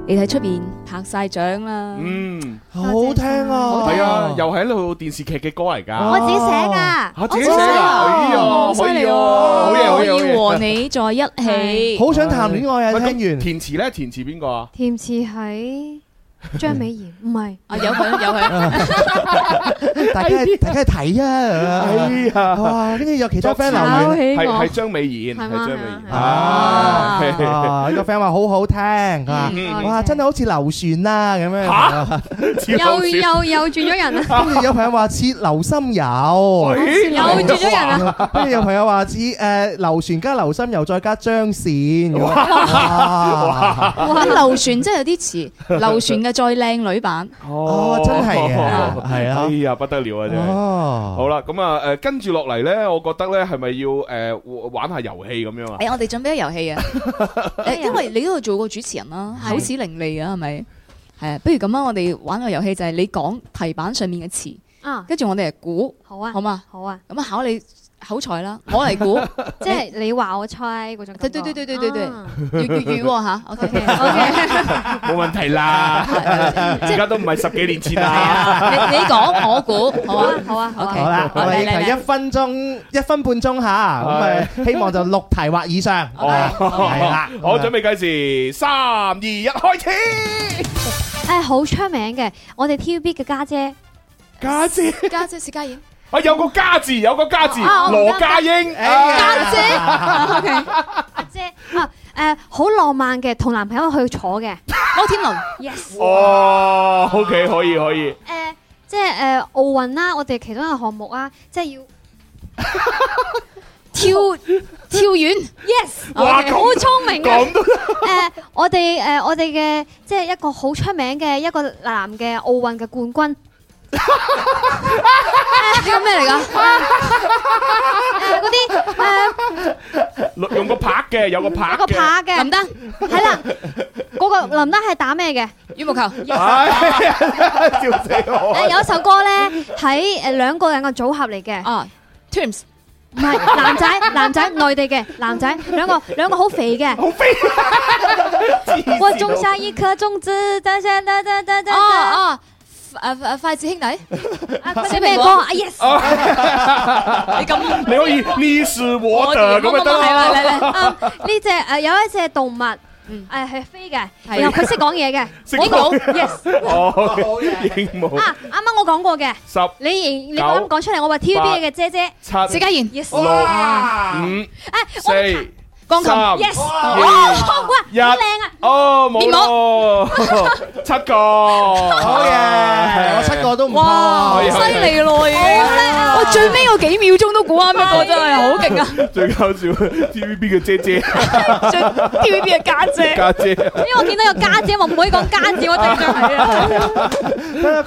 你睇出边拍晒掌啦，嗯，好聽啊！系啊，又係一套電視劇嘅歌哦嚟㗎。我自己寫㗎啊嚇我自己自己寫寫㗎，㗎哎呀，好犀可以利喎，喎好嘢，好嘢，好我要嘢和你在一起，好想談戀愛啊！喂聽咁完 填詞咧，填詞邊個啊？ 甜似喺張美賢，唔係啊有佢 有佢大家大家睇啊！ 哎呀哇！呢啲有其他嗯 friend 作留詞言，啊係哦係張美賢，係係張嘛美賢啊！啊呢個 friend 話好好聽，佢話嗯哇真係好似流船啦咁樣。嚇又又又轉咗 人跟住有朋友話似流心油，咦又轉咗人啊！跟住有朋友話似誒流船加流心油再加張善咁樣。哇！流船真係有啲似流船嘅再靚女版，哦真係啊係啊哎呀，不得了啊，真係。哦好啦，咁啊，誒，跟住落嚟咧，我覺得咧，係咪要誒玩下遊戲咁 樣啊？誒，我哋準備咗遊戲啊！誒，因為你都有做過主持人啦，係口齒伶俐啊，係咪？係啊，不如咁啊，我哋玩個遊戲就係你講題板上面嘅詞，啊，跟住我哋嚟估，好啊，好嘛？好啊，，咁啊，考你口才啦，我嚟估 即係你話我猜嗰種感覺。對對對對對對啊粵粵語喎嚇，OK OK 冇問題啦，而家都唔係十幾年前啊啦。你你講我估， 好啊好啊好好啦，我哋嚟提一分鐘、一分半鐘吓，咁啊希望就六題或以上。啊哦係啊啦，哦啊好，準備計時，三二一，開始。誒哎好出名嘅，我哋 TVB 嘅家姐，家姐，家姐薛家燕，啊，有個家字，有個家字，啊我唔羅家英。哎家姐啊 OK 阿姐啊誒好浪漫嘅，同男朋友去坐嘅，摩天輪，yes，哦，OK，可以可以。誒即係誒奧運啦，我哋其中一個項目啊，即係要。跳跳遠 Yes，哇咁哦好聰明嘅咁都。誒，呃我哋誒我哋嘅即係一個好出名嘅一個男嘅奧運嘅冠軍。呢個咩嚟㗎？誒嗰啲誒用個拍嘅，有個拍個嘅。拍嘅林丹係啦，嗰個林丹係打咩嘅？羽毛球。唉，笑死誒我！有一首歌咧喺誒兩個人嘅組合嚟嘅。哦，Twins。唔係男仔，男仔內地嘅男仔，兩個兩個好肥 嘅。好肥。我種下一顆種子，得得得得得得。哦哦，誒誒筷子兄弟。寫咩歌啊？Yes。你咁，哦你可以你是我的咁咪得啦。啊呢只誒有一隻動物，誒係飛嘅，然後佢識講嘢嘅。嗯 識我講講 yes。哦， 應冇啊，啱啱我講過嘅。十你認你啱啱講出嚟，我話 TVB 嘅姐姐七謝家燕，yes。六五四鋼琴三 yes 二哇好一靚啊！哦，冇咯，七個好 à. 嘅，我七個都唔哇好犀利咯，已經我最尾嗰幾秒鐘都估啱一個，真係好勁啊！！最搞笑，TVB 嘅姐姐，最 TVB 嘅家姐，家姐，因為我見到有家姐，我唔可以講家姐，我正常係啊。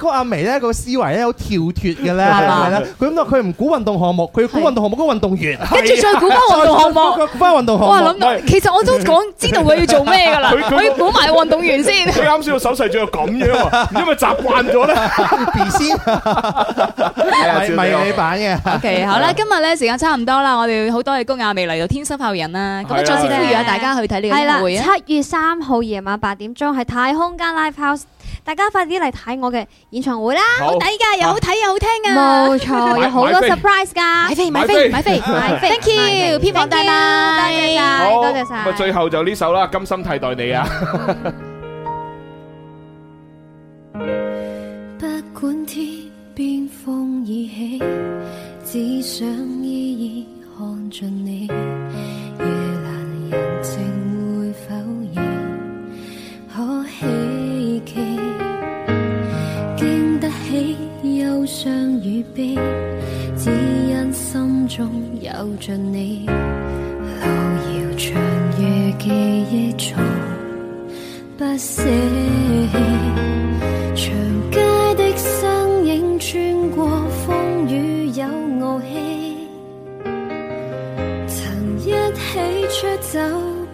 睇下阿眉咧個思維咧好跳脱嘅咧，係嘛啦，佢諗到佢唔估運動項目，佢估運動項目嗰 個運 動員，跟住再估翻運動項目 再估翻運動項目，哇！諗到其實我都講知道佢要做咩㗎啦佢佢，我要估埋運動員先。佢啱先個手勢仲係咁樣啊，因為習慣咗咧。 B 先，啊迷迷你版嘅。 OK，好啦，今日咧時間差唔多啦，我哋好多謝高亞美嚟到天生發育人啦，咁係啊啊再次呼籲下大家去睇呢個係音樂會啊！啦，七月三號夜晚八點鐘係太空間 live house，大家快啲嚟睇我嘅演唱會啦，好好抵啊哎㗎，又好睇又好聽啊！好冇錯，有好買多飛 surprise 㗎，買飛買飛買飛買飛，Thank you，票房大賣，好，多謝晒，多謝晒。咁啊，最後就呢首啦，《甘心替代你》啊。不管天邊風已起，只想依然看盡你。夜闌人靜會否亦可希冀？經得起憂傷與悲，只因心中有盡你。路遙長夜記憶從不捨棄。長街的身影穿過風雨有傲氣，曾一起出走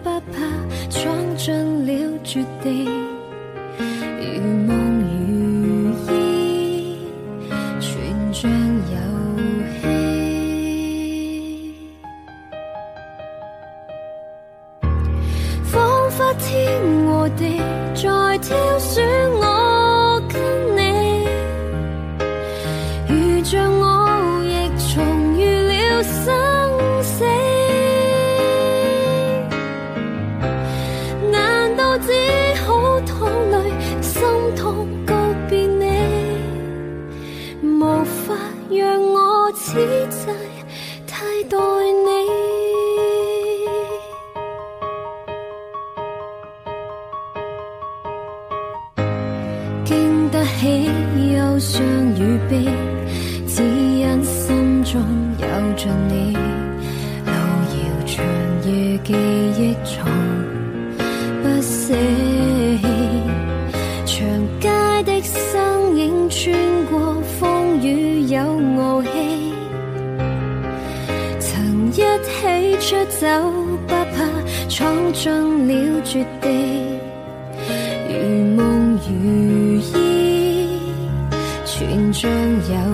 不怕，闖進了絕地。如夢如煙，全像遊戲。仿佛天和地在挑選我跟你，遇着我亦重遇了生死。難道只好淌淚，心痛告別你，無法讓我此際替代你。經得起憂傷與悲，只因心中有着你。路遙長夜記憶從不捨棄，長街的身影穿過風雨有傲氣。曾一起出走不怕，闖進了絕地。如夢如煙，全像遊